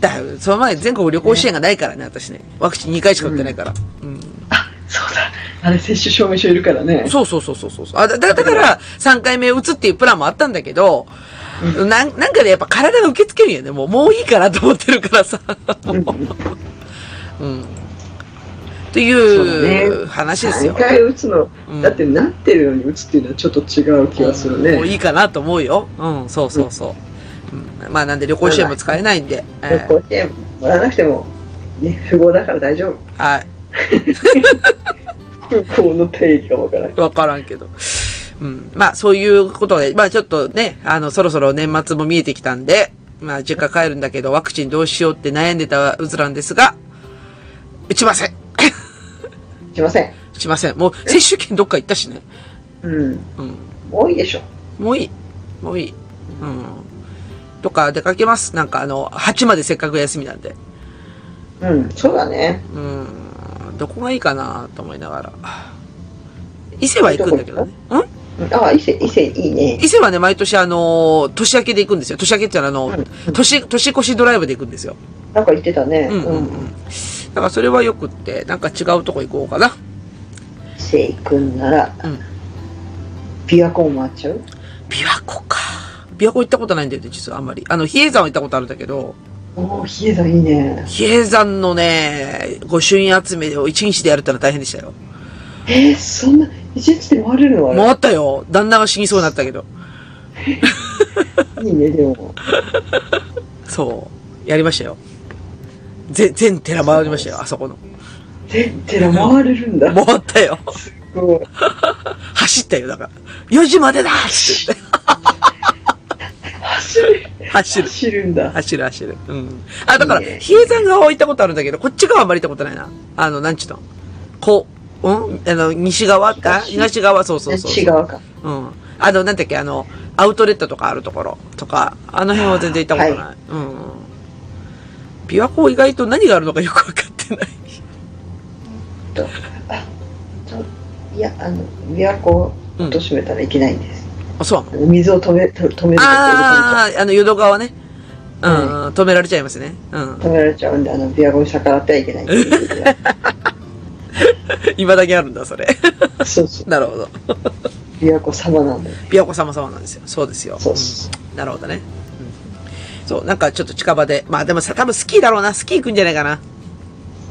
だよ、その前、全国旅行支援がないからね、私ね。ワクチン2回しか打ってないから。うん
そうだ。あれ、接種証明書いるからね。
そうそうそうそうそう。あだだだから、3回目打つっていうプランもあったんだけど、なんなんかね、やっぱ体が受け付けるんよね。もう、もういいかなと思ってるからさ。も
うん
ううん。と
そう
いう
だね
話です
3
よ。
回打つの
うん、
だってなってるのに打つっていうのはちょっと違う気がする
もう
ね。
いいかなと思うよ。うん、そうそうそう。うん、まあ、なんで旅行支援も使えないんで。えー
こうやって もらわなくても、ね、不合だから大丈夫。
はい。
空港の定義がわからない。
わからんけど。うん。まあ、そういうことで、まあちょっとね、あの、そろそろ年末も見えてきたんで、まあ実家帰るんだけど、ワクチンどうしようって悩んでたうずらんですが、打ちません
すいません。
打ちません。もう、接種券どっか行ったしね。
うん。
うん。
多いでしょ。
もういい。もういい。うん。とか、出かけます。なんかあの、8までせっかく休みなんで。
うん。そうだね。
うん。どこがいいかなと思いながら。伊勢は行くんだけどね。うん
うんあ、伊勢、伊勢いいね。
伊勢はね、毎年あのー、年明けで行くんですよ。年明けって言ったらあの、
うん
年、年越しドライブで行くんですよ。
なんか言ってたね。
うんうんうん。だからそれはよくって、なんか違うとこ行こうかな。
伊勢行くんなら、
うん
琵琶湖も回っちゃう
琵琶湖か。琵琶湖行ったことないんだよね、実はあんまり。あの、比叡山は行ったことあるんだけど、
おお、比叡山いいね。
比叡山のね、御朱印集めを一日でやるったら大変でしたよ。
えー、そんな、一日で回れるのあれ
回ったよ。旦那が死にそうになったけど。
いいね、でも。
そう。やりましたよ。ぜ全寺回りましたよ、あそこの。
全寺回れるんだ。
回ったよ。
すごい。
走ったよ、だから。4時までだっつって
走る。
走る。
走るんだ。
走る走る。うん。あ、だから、
いいね
比叡山側は行ったことあるんだけど、こっち側はあんまり行ったことないな。あの、なんちゅうの。こう、うんあの、西側か
東
東側、そうそうそう
違うか。
うん。あの、なんだっけ、あの、アウトレットとかあるところとか、あの辺は全然行ったことない。
は
うん。琵琶湖意外と何があるのかよくわかってない。
と、あ、と、いや、あの、琵琶湖を
うん
と閉めたらいけないんです。
あ、そうなの
水を止め、と止めると
ああ、あの、淀川ね。うん、
は
止められちゃいますね。うん。
止められちゃうんで、あの、琵琶湖に逆らってはいけ ないっていうね
今だけあるんだ、それ。
そうそう。
なるほど。
琵琶湖様なんだよ。
琵琶湖様様なんですよ。そうですよ。
そうそうそう。
なるほどね。そう、なんかちょっと近場で。まあでもさ、多分スキーだろうな。スキー行くんじゃないかな。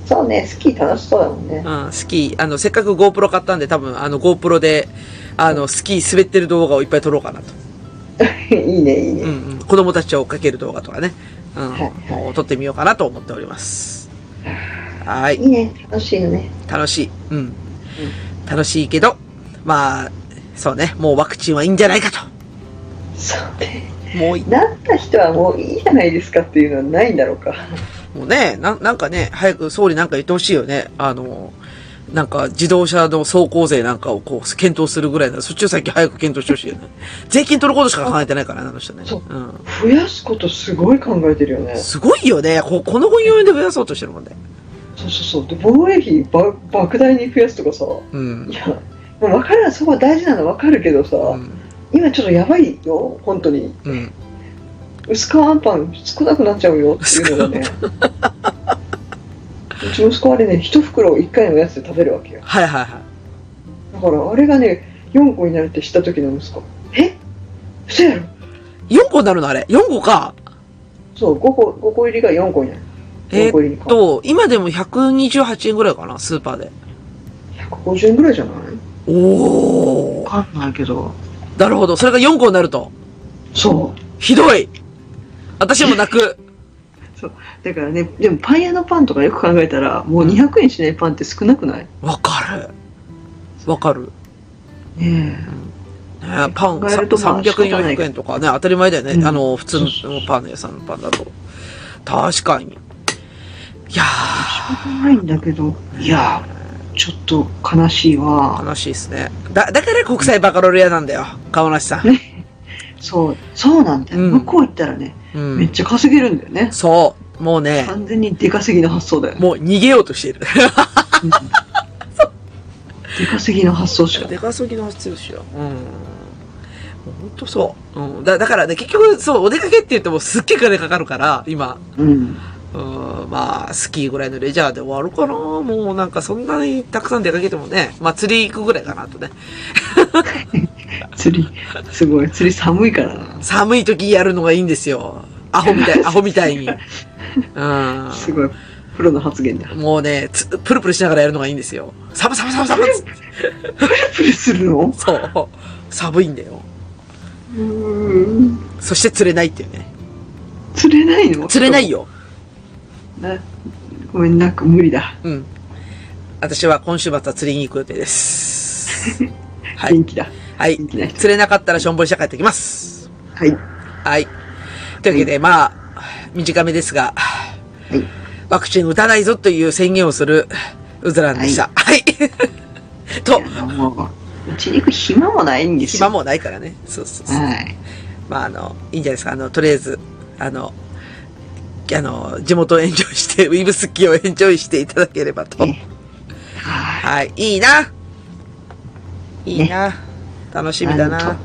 そうね、スキー楽しそうだもんね。
うん、スキー。あの、せっかく GoPro 買ったんで、多分あの GoPro で、あの、スキー滑ってる動画をいっぱい撮ろうかなと。
いいね、いいね。
うん、うん。子供たちを追っかける動画とかね。うん。
はいはい
を撮ってみようかなと思っております。はい
い。いね、楽しいよね。
楽しい。うん。楽しいけど、まあ、そうね。もうワクチンはいいんじゃないかと。
そうね。
もうい、
なった人はもういいじゃないですかっていうのはないんだろうか。
もうね、ななんかね、早く総理なんか言ってほしいよね。あの、なんか自動車の走行税なんかをこう検討するぐらいなら、そっちを先早く検討してほしいよ ね。税金取ることしか考えてないからね、あの人ね。。
そうん増やすことすごい考えてるよね。
すごいよね。ここの本4円で増やそうとしてるもんね。
そうそうそう。で、防衛費ば莫大に増やすとかさ。
うん
い。や、もう分かるそこは大事なの分かるけどさ、
うん。
今ちょっとやばいよ、本当に。
うん。
薄皮あんパン少なくなっちゃうよっていうのがね。うちの息子はあれね、一袋を一回のやつで食べるわけよ。
はいはいはい。
だからあれがね、4個になるって知った時の息子。え嘘やろ
4個になるのあれ ?4 個か。
そう、5個、5個入りが4個になる。
え
4個入り
ー
に
っ
変わる。
と、今でも128円ぐらいかな、スーパーで。
150円ぐらいじゃない
おー。
わかんないけど。
なるほど。それが4個になると。
そう。
ひどい。私も泣く。
だからね、でもパン屋のパンとかよく考えたら、もう200円しないパンって少なくない
わかる。わかる。
ねえ。
ねパン
考え
さ
るとま
300
あ
円、
仕方ない
400円とかね、当たり前だよね。
うん
あの、普通の
そうそう
パンの屋さんのパンだと。確かに。いや
ないんだけど、いやー、ちょっと悲しい
ー、
わ。
悲しいですね。だ、だから国際バカロレアなんだよ。川梨さん。
そう、そうなんだよ。
うん
向こう行ったらね、
う
めっ
ん。
ちゃ稼げるんだよね。
そう。もうね、
完全に出稼ぎの発想だよね。
もう逃げようと している。
出稼ぎの発想しかない。
出稼ぎの発注しよう。うん。もう本当そう。うん。だ、だからね、結局、そう、お出かけって言ってもすっげえ金かかるから、今。
うん。
うんまあ、スキーぐらいのレジャーで終わるかな。もうなんかそんなにたくさん出かけてもね、まあ釣り行くぐらいかなとね。
釣り、すごい。釣り寒いからな。
寒い時やるのがいいんですよ。アホみたい、アホみたいに。うん。
すごい。プロの発言だ。
もうね、つプルプルしながらやるのがいいんですよ。寒寒寒寒つって
プルするの
そう。寒いんだよ。
うーん。
そして釣れないっていうね。
釣れないの
釣れないよ。
なごめん、なんか無理だ。
うん。私は今週末は釣りに行く予定です。はい
元。気だ。
はい。
元気な人
釣れなかったらしょんぼり社帰ってきます。
はい。
はい。というわけで、まあ、短めですが、
はい。
ワクチン打たないぞという宣言をするうずらんでした。はい。 と、
いやもう、うちに行く暇もないんですよ。
暇もないからね。そうそうそう。
はい。
まあ、あの、いいんじゃないですか。あの、とりあえず、あの、あの、地元をエンジョイして、 ウィブスキーをエンジョイしていただければと。
ねは
はい、いいな。いいな。楽しみだ
あの
な。
い。なん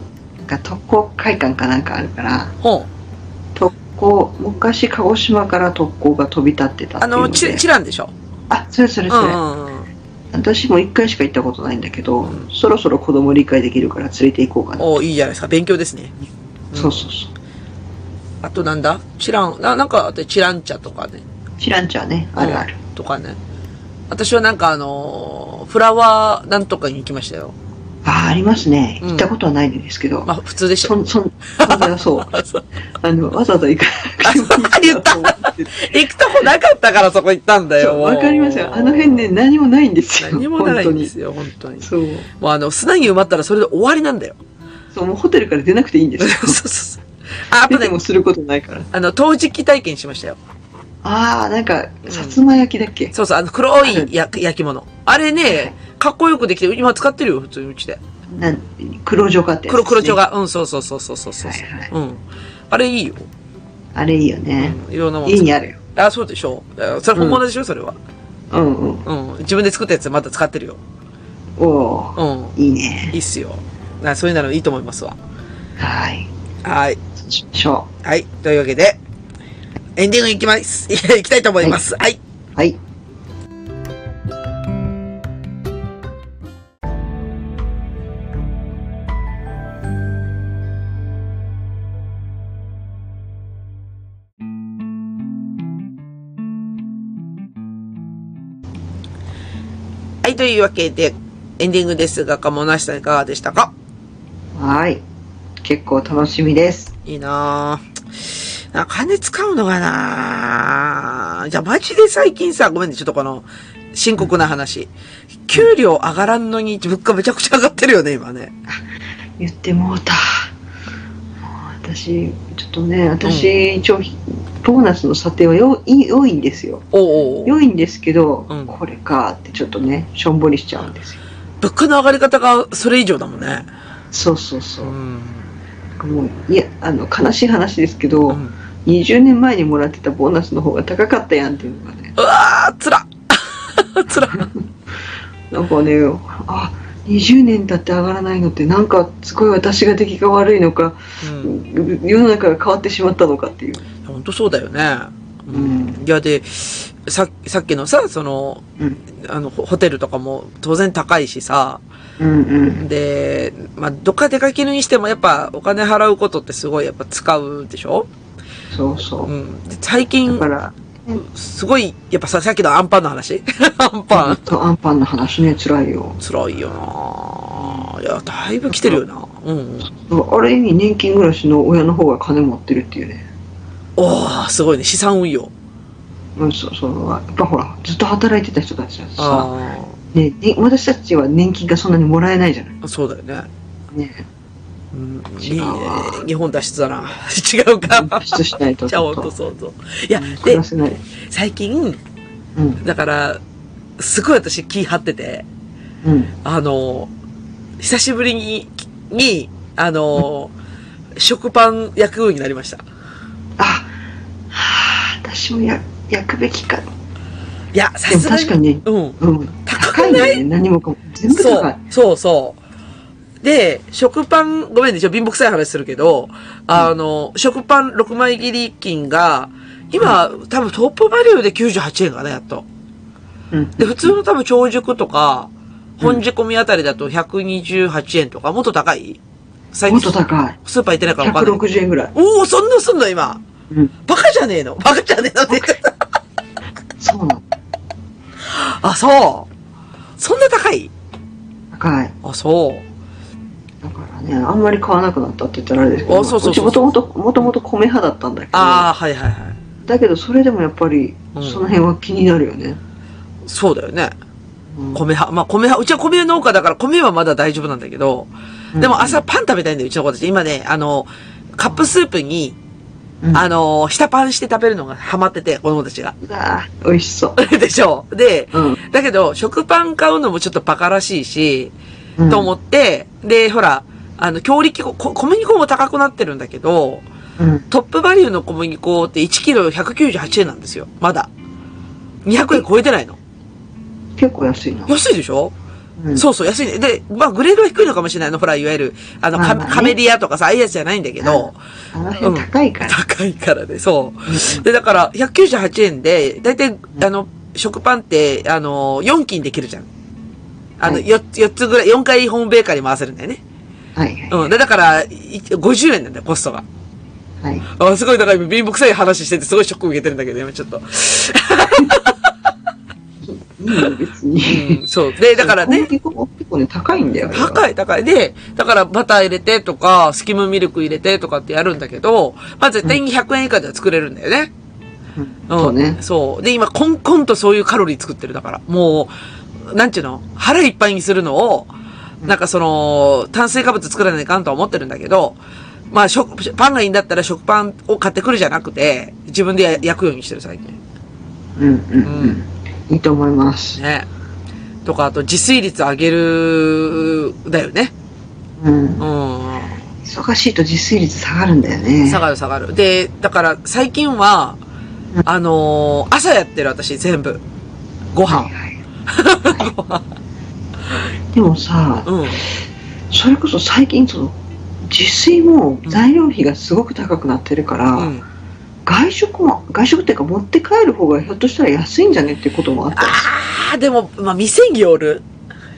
か特攻会館かなんかあるから、
ほう。
特攻、昔鹿児島から特攻が飛び立ってたって
あ
いうの
の、
で。
チチランでしょ。
あ、それそれ
うん
それ。
うんうん。
私も一回しか行ったことないんだけど、そろそろ子供理解できるから連れて行こうかな。
おいいじゃないですか。勉強ですね。
そうそうそう。
あとなんだチラン、ななんかあって、チラン茶とかね。
知らんちゃうね。あるある。
うんとかね。私はなんかあのーフラワーなんとかに行きましたよ。
ああ、ありますね。
うん
行ったことはないんですけど。
まあ、普通でした
そ
よ。
ん、そん、そんな、そう。あの、わざわざ行かなくてもいいなと思ってて。
行くとこなかったからそこ行ったんだ
そ
よ。
う
もう
わかりますよ。あの辺ね、。何もないんですよ。
何もないんですよ、本当
本
に。
当に。そう。
もうあの、砂に埋まったらそれで終わりなんだよ。
そう、もうホテルから出なくていいんで
そ
す
う
よ。
そうそう。あ、あと
出
ね
てもすることないから。
あの、陶磁器体験しましたよ。
ああ、なんか、さつま焼きだっけ、
そうそう、あの、黒いや焼き物。あれね、かっこよくできて、今使ってるよ、普通にうちで。
なん黒女がってやつで
黒、
すね
黒蝶。が。うん、そうそうそうそうそうそう、
はいはい
うん。あれいいよ。
あれいいよ
う
ね。
ん。いろんなもの
家にあるよ。
あ、そうでしょう。あそれ本物でしょ、それは。
うんうん。
うん。自分で作ったやつまた使ってるよ。
おおー。
うん。
いいね。
いいっすよ。なそういうのいいと思いますわ。
はい。
はい。
そうしましょ
はい。というわけで、エンディングいきます。 いきたいと思います。はい。
う。はい。
はい。というわけで、エンディングですが、かもなしさんいかがでしたか
はい。結構楽しみです。
いいなぁ。なんか金使うのがなぁ。じゃあマジで最近さ、ごめんね、ちょっとこの、深刻な話。給料上がらんのに物価めちゃくちゃ上がってるよね、今ね。
言ってもうた。もう私、ちょっとね、私、一応、ボーナスの査定はよい良いんですよ。
おうおうおう
良いんですけど、
うん
これかってちょっとね、しょんぼりしちゃうんですよ。
物価の上がり方がそれ以上だもんね。
そうそうそうう。
ん。
もう、いや、あの、悲しい話ですけど、
うん
20年前にもらってたボーナスの方が高かったやんっていうのがね、
うわぁ、つら つら
なんかね、あ、20年経って上がらないのって、なんかすごい私が出来が悪いのか、
うん。
世の中が変わってしまったのかっていう。
ほんとそうだよね。う。
うん
いや、で、さ、さっきのさ、その、
うん
あの、ホホテルとかも当然高いしさ、
うんうん。
で、まあ、どっか出かけるにしてもやっぱお金払うことってすごいやっぱ使うでしょ
そうそう
う。ん。で最
だ
近
か、ら、
すごい、やっぱさ、さっきのアンパンの話 アンパン。
とアンパンの話ね、辛いよ。
辛いよなぁいや、だいぶ来てるよなうん。
ある意味、年金暮らしの親の方が金持ってるっていうね。
おー、すごいね。資産運用。
うん、そうそう。やっぱほら、ずっと働いてた人たちはさ、
あ
ね、ね私たちは年金がそんなにもらえないじゃない。
あ。 そうだよね。
ね。
うん。いい
違
ね
うわ。
日本脱出だな。 違う か。
出しないと
じ
ち
ゃあ、ほ
ょっ
んと
と
そうそう。いや、
暮
で
ら、せない。
最近、
うん。
だから、すごい私気張ってて、
うん。
あの、久しぶりに、に、あの、食パン焼くようになりました。
あ、はあ、私もや焼くべきか。
いや、
で
さ
も
すが
確かにね、
うん。
うん。
高
高
く
いよ
ない
ね、何もかも。全部
そ。、
高いう
そうそう。で、食パン、ごめんね、ちょ、貧乏くさい話するけど、あの、食パン6枚切り金が、今、多分トップバリューで98円かな、やっと。
うん。
で、普通の多分長熟とか、本仕込みあたりだと128円とか、もっと高い最
も
近
っと高い。
スーパー行ってないからわかんない。
160円ぐらい。
おお、そんなすんの今。
うん。
バカじゃねえのバカじゃねえの って言ってた。
そうなの。
あ、そう。そんな高い
高い。
あ、そう。
だからね、あんまり買わなくなったって言ったらあれですけど、
あそうそうそう
ちもともと、もともと米派だったんだけ
ああ、
ど、
はいはいはい。
だけどそれでもやっぱり、
うん
その辺は気になるよね。
そうだよね。
ううん
米派。まあ米派、うちは米農家だから米はまだ大丈夫なんだけど、でも朝パン食べたいんだよ、うちの子たち。今ね、あの、カップスープに、
うん
あの、下パンして食べるのがハマってて、子供たちが。
うわぁ、美味しそう。
でしょで、
うん。
だけど、食パン買うのもちょっとバカらしいし、と思って、で、ほら、あの、強力粉、こ小麦粉も高くなってるんだけど、
うん。
トップバリューの小麦粉って1キロ198円なんですよ。まだ。200円超えてないの。
結構安いな。
安いでしょ、
うん
そうそう、安いね。で、まあ、グレードは低いのかもしれないの。ほら、いわゆる、あの、
まあ
カ
まあね
カメリアとかさ、ああいうやつじゃないんだけど、
あの辺高いから。
高いからね、そう。で、だから、198円で、だいたい、あの、食パンって、あの、4斤できるじゃん。あの、
はい
4つ、四つぐらい、4回ホームベーカーに回せるんだよね。
はいはい。
うん。で、だから、い50円なんだよ、コストが。
はい。
あ、すごい、だから今、貧乏くさい話してて、すごいショック受けてるんだけど、今ちょっと。
いいよ、別
う
に。
ん、そう。で、だからね。
小麦粉も結構ね、高いんだよ。い。
高い高い。で、だからバター入れてとか、スキムミルク入れてとかってやるんだけど、まあ絶対に100円以下では作れるんだよね。
うん
ん
そうね。
そう。で、今、コンコンとそういうカロリー作ってるだから。もう、なんちゅうの腹いっぱいにするのを、なんかその、炭水化物作らないかんとは思ってるんだけど、まあ食、パンがいいんだったら食パンを買ってくるじゃなくて、自分でや焼くようにしてる最近。
うんうんうん。いいと思います。
ね。とか、あと自炊率上げる、だよね。
うん。
うん。
忙しいと自炊率下がるんだよね。
下がる下がる。で、だから最近は、あのー朝やってる私全部。ご
はい
飯。
はい。でもさ、
うん。
それこそ最近その自炊も材料費がすごく高くなってるから、
うん。
外食も外食っていうか持って帰る方がひょっとしたら安いんじゃねっていうこともあったりす
ああ、でも、まあ、店による。
る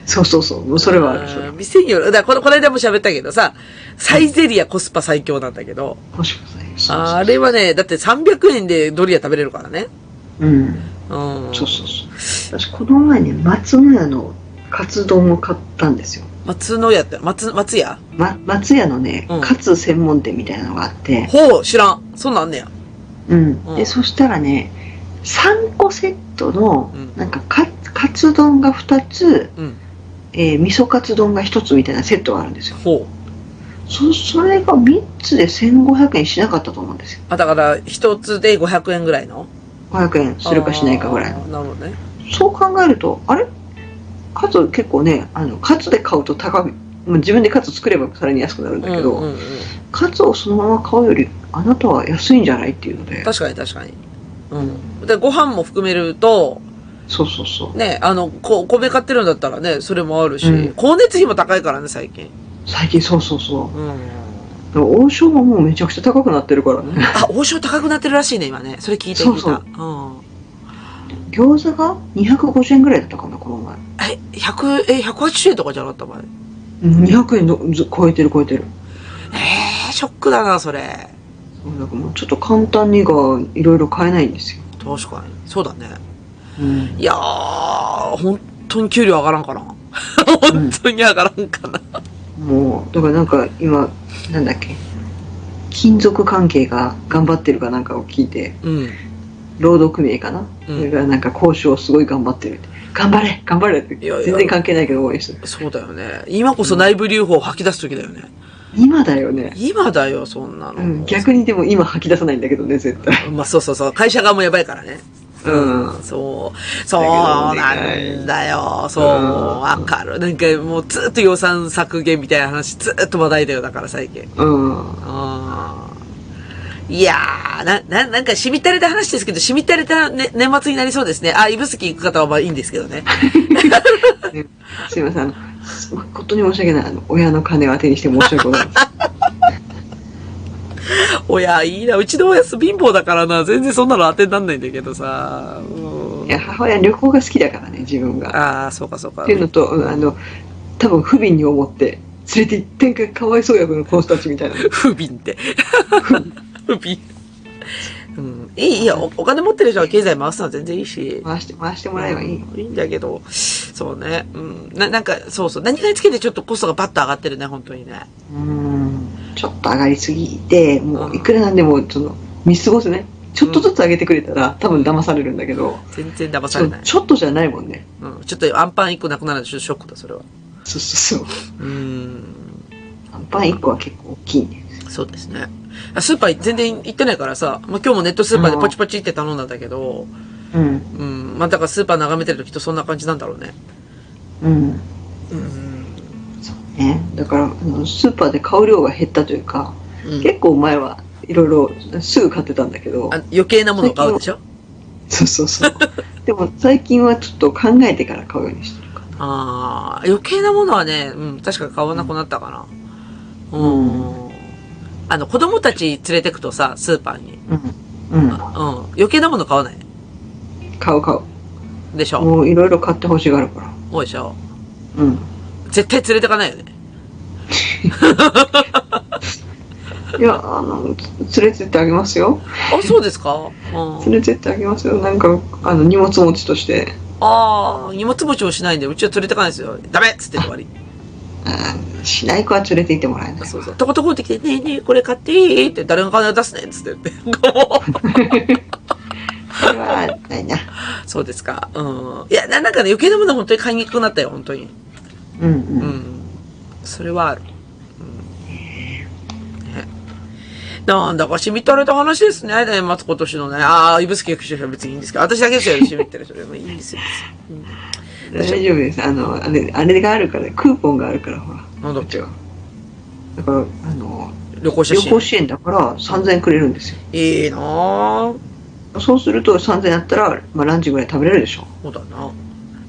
そうそうそうもうそれはあるそれ
う
は
ん店による。だからこの、この間も喋ったけどさ、サイゼリアコスパ最強なんだけど、
もしかしたらそう
あれはね、だって300円でドリア食べれるからね。
うん
うん。
そうそうそう私この前ね松の屋のカツ丼を買ったんですよ、
松の屋って、松、松屋
ま、松屋のね、
うん
カツ専門店みたいなのがあって、
ほう、知らん。そんなんあんねや。
うん
うん
でそしたらね3個セットの
うん
なんかカカツ丼が2つ
うん。
えー味噌カツ丼が1つみたいなセットがあるんですよ
ほう。
そそれが3つで1500円しなかったと思うんですよ
あ、だから、一つで500円ぐらいの
500円するかしないかぐらい
あ
の
ーなるほどね。
そう考えるとあれカツ結構ねあのカツで買うと高いまあ自分でカツ作ればさらに安くなるんだけど、
うんうんうん
カツをそのまま買うよりあなたは安いんじゃないっていうので
確かに確かに。うん。で、ご飯も含めると、
そうそうそう
ね、あの、こ、お米買ってるんだったらね、それもあるし、
うん
光熱費も高いからね、最近。
最近そうそうそ
うん。
うでも王将ももうめちゃくちゃ高くなってるからね
あ、王将高くなってるらしいね、今ね。それ聞いて
そ
みた。
うそ
う
う
ん。
餃子が250円ぐらいだったかなこの前
え、100、え、180円とかじゃなかった前。
うん200円のず超えてる超えてる
えー、ショックだな、それ。
そうだからもうちょっと簡単にがいろいろ買えないんですよ、
確かに。そうだね。
うん、
いやー、本当に給料上がらんかな。本当に上がらんかな。
もうだからなんか今なんだっけ金属関係が頑張ってるかなんかを聞いて
うん。
労働組合かな、
う
うんそれがなんか交渉すごい頑張ってるって頑張れ頑張れって
やいや
全然関係ないけど応援してる
そうだよね。今こそ内部留保を吐き出す時だよね。
今だよね、
今だよ、そんなの。
うん、逆にでも今吐き出さないんだけどね絶対
まあそうそうそう。会社側もやばいからね。
うん
そう。そうなんだよ。そう。
うん
わかる。なんかもうずっと予算削減みたいな話、ずっと話題だよ。だから最近。
うん
あーいやー、な、な、なんかしみったれた話ですけど、しみったれた、ね、年末になりそうですね。あ、指宿行く方はまあいいんですけどね。
すいませんあの誠に申し訳ないあの親の金を当てにして申し訳ございません
おや、いいな。うちの親す貧乏だからな。全然そんなの当てになんないんだけどさ。うん
いや母親旅行が好きだからね自分が
ああ、そうかそうか。
っていうのと、うんあの多分不憫に思って連れて行ってんかかわいそうやこのこの人たちみたいな
不憫って。不憫。うん、いい、いいよ。おお金持ってる人は経済回すのは全然いいし。
回して回してもらえばいい、
うんいいんだけど、そうね。うん。な、なんか、そうそう。何かにつけてちょっとコストがバッと上がってるね、本当にね。
うんちょっと上がりすぎてもういくらなんでもその見過ごせないちょっとずつ上げてくれたら、多分騙されるんだけど、
全然騙さ
そ
れ
う
ない。
ちょっとじゃないもんね。
うん。ちょっとアンパン一個なくなるのちょっとショックだ、それは。
そうそうそう。
うーん。
アンパン1個は結構大きいね。
そうですね。あスーパー全然行ってないからさ、まあ、今日もネットスーパーでパチパチって頼んだんだけど、
うん。
うん。まあ、だからスーパー眺めてるときっとそんな感じなんだろうね。
うん。
うん。
そうね。だから、あのスーパーで買う量が減ったというか、
うん、
結構前はいろいろすぐ買ってたんだけど
あ、余計なものを買うでしょ
そうそう そう。でも最近はちょっと考えてから買うようにしてるかな。
ああ、余計なものはね、うん、確か買わなくなったかな。うん。あの、子供たち連れてくとさ、スーパーに。
うん。うん
う。ん。余計なもの買わない。
買う買う。
でしょ
もういろいろ買ってほしがるから。
多いでしょ
うん。
絶対連れてかないよね。
いや、あの、つ連れてってあげますよ。
あ、そうですかうん。
連れてってあげますよ。なんか、あの、荷物持ちとして。
ああ、荷物持ちをしないんで、うちは連れてかないですよ。ダメっつって終わり。
あーしない子は連れて行ってもらえない。
そうそう。とことこってきて、ねえねえ、これ買っていいって、誰が金出すねっつって 言って。もう
それは、ないな。
そうですか。うん。いや、ななんかね、余計なものは本当に買いにくくなったよ、本当に。
うん
う
うん。
ん。それはある。うんねなんだかしみったれた話ですね。年末今年のね。ああ、指宿行く人は別にいいんですけど、私だけですよ、しみってる人でもいいんですよ。
大丈夫です。あの、あれ、あれがあるから、クーポンがあるから、ほら。
なんだっ
こっち
け
は。だから、あの、
旅行写
旅行
真。
支援だから3000円くれるんですよ。
いいなぁ。
そうすると3000円あったら、まあランチぐらい食べれるでしょ。
そうだな。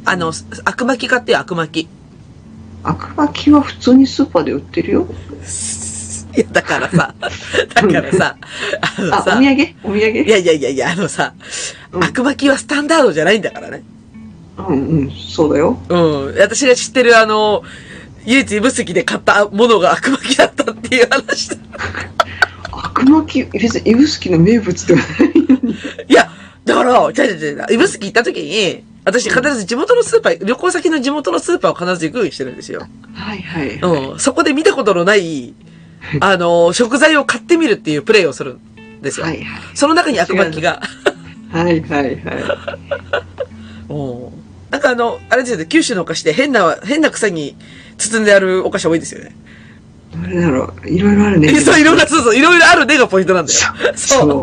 あの、あくまき買ってよ、あくま き。い
あくまきは普通にスーパーで売ってるよ。
や、だからさ、だからさ、あの
あ、お土
さ、
産
い
お土産
やいやいやいや、あのさ、
うん
あくまきはスタンダードじゃないんだからね。
うんうん、そうだよ。
うん。私が知ってるあの、唯一指宿で買ったものが悪魔きだったっていう話だ。
あくまき、別に指宿の名物では ない。
いや、だから、じゃじゃじゃ指宿行った時に、私必ず地元のスーパー、旅行先の地元のスーパーを必ず行くようにしてるんですよ。
はいはい。
うん。そこで見たことのない、あの、食材を買ってみるっていうプレイをするんですよ。
はいはい。
その中に悪魔きが。
はいはいは
うん。なんかあの、あれですよね、九州のお菓子で変な、変な草に包んであるお菓子多いですよね。
い。どれだろう。いろいろあるね。
そう、いろいろ、そうそう、いろいろあるねがポイントなんだよ。 そう。
そ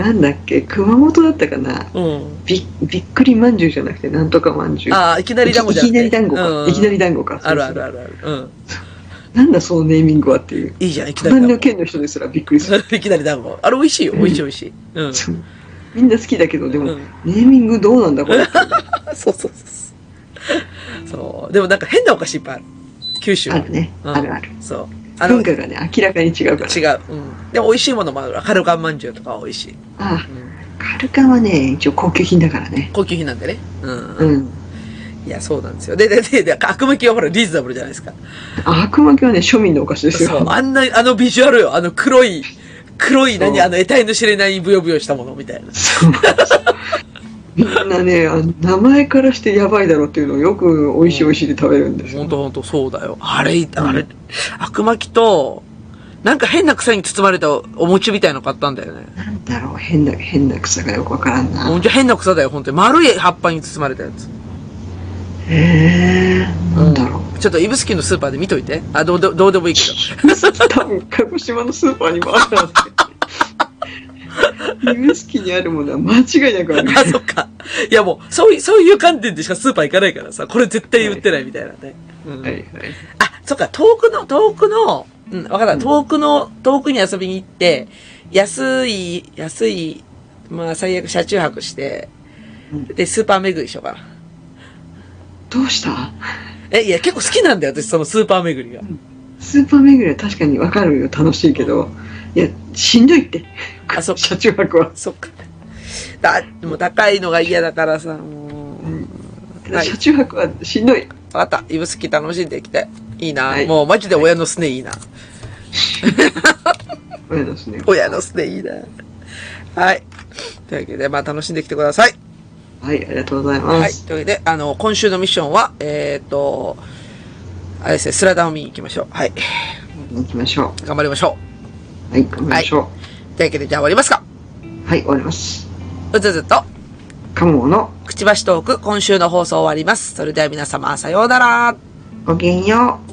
う。なんだっけ、熊本だったかな。
うん。
びびっくりまんじゅうじゃなくて、なんとかまんじゅう。
ああ、いきなり団子じゃん。
いきなり団子か、
うん
いきなり団子か。
あるある
る。
あるある。うん。
なんだそのネーミングはっていう。
いいじゃん、いきなり
隣
団
の県の人ですらびっくりする。
子。 いきなり団子。あれ美味しいよ、美味しい美味しい。うん。
そうみんな好きだけど、でも、
うん
ネーミングどうなんだこれ。
そうそうそう。そう。でもなんか変なお菓子いっぱいある。九州は
あるね
うん
あるある
そう。あの、
文
違う。
化がね、明らかに違うから。
うん。でも美味しいものもある。カルカンまんじゅうとかは美味しい。
あ
うん。
カルカンはね、一応高級品だからね。
高級品なんでね。うん。
う
うん、
ん。
いや、そうなんですよ。で、で、で、で、悪魔きはほら、リーズナブルじゃないですか。
あ、悪魔教はね、庶民のお菓子です
そう。
よ。
あんな、あのビジュアルよ。あの黒い、黒い何、
そう
あの、得体の知れないブヨブヨしたものみたいな。
そう みんなね、あの名前からしてやばいだろうっていうのをよく美味しい美味しいで食べるんです
ほん
よ。
とほんと、そうだよ。あれ、あれ、悪魔きと、なんか変な草に包まれたお餅みたいの買ったんだよね。
なんだろう、変な、変な草がよくわからん
お
な。
餅変な草だよ、ほんとに。丸い葉っぱに包まれたやつ。
へえー、なんだろう。
ちょっと、イブスキのスーパーで見といて。あ、どうでどう でもいいけ
多分、鹿児島のスーパーにもあ るはず。指宿にあるものは間違いなくある
ど。。あ、そっか。いやもう、そういう、そういう観点でしかスーパー行かないからさ、これ絶対売ってないみたいなね。うん
はいはい。
あ、そっか、遠くの、遠くの、うん、わかった。
うん
遠くの、遠くに遊びに行って、安い、安い、まあ、最悪車中泊して、
うん
で、スーパー巡りしようかな。
どうした
え、いや、結構好きなんだよ、私、そのスーパー巡りが。
スーパー巡りは確かにわかるよ、楽しいけど。いや、しんどいって。
あ そっか
車中泊は。
そっか。だ、でも高いのが嫌だからさ、もう。はい
車中泊はしん どい。
わかった。指宿楽しんできて。いいな。
はい
もう、マジで親のすねいいな。
親のすね。
親のすねいいな。はい。というわけで、まあ、楽しんできてください。
はい、ありがとうござい
は
ま
い。
す。
というわけで、あの、今週のミッションは、えっ、と、あれですね、スラダンを見に行きましょう。はい。
行きましょ
頑張りましょ
う。はい、行きましょ
う。というわけで、じゃあ終わりますか。
う。はい、終わります。
うずずと、
カモの
くちばしトーク、今週の放送終わります。それでは皆様、さようなら。
ごきげんよう。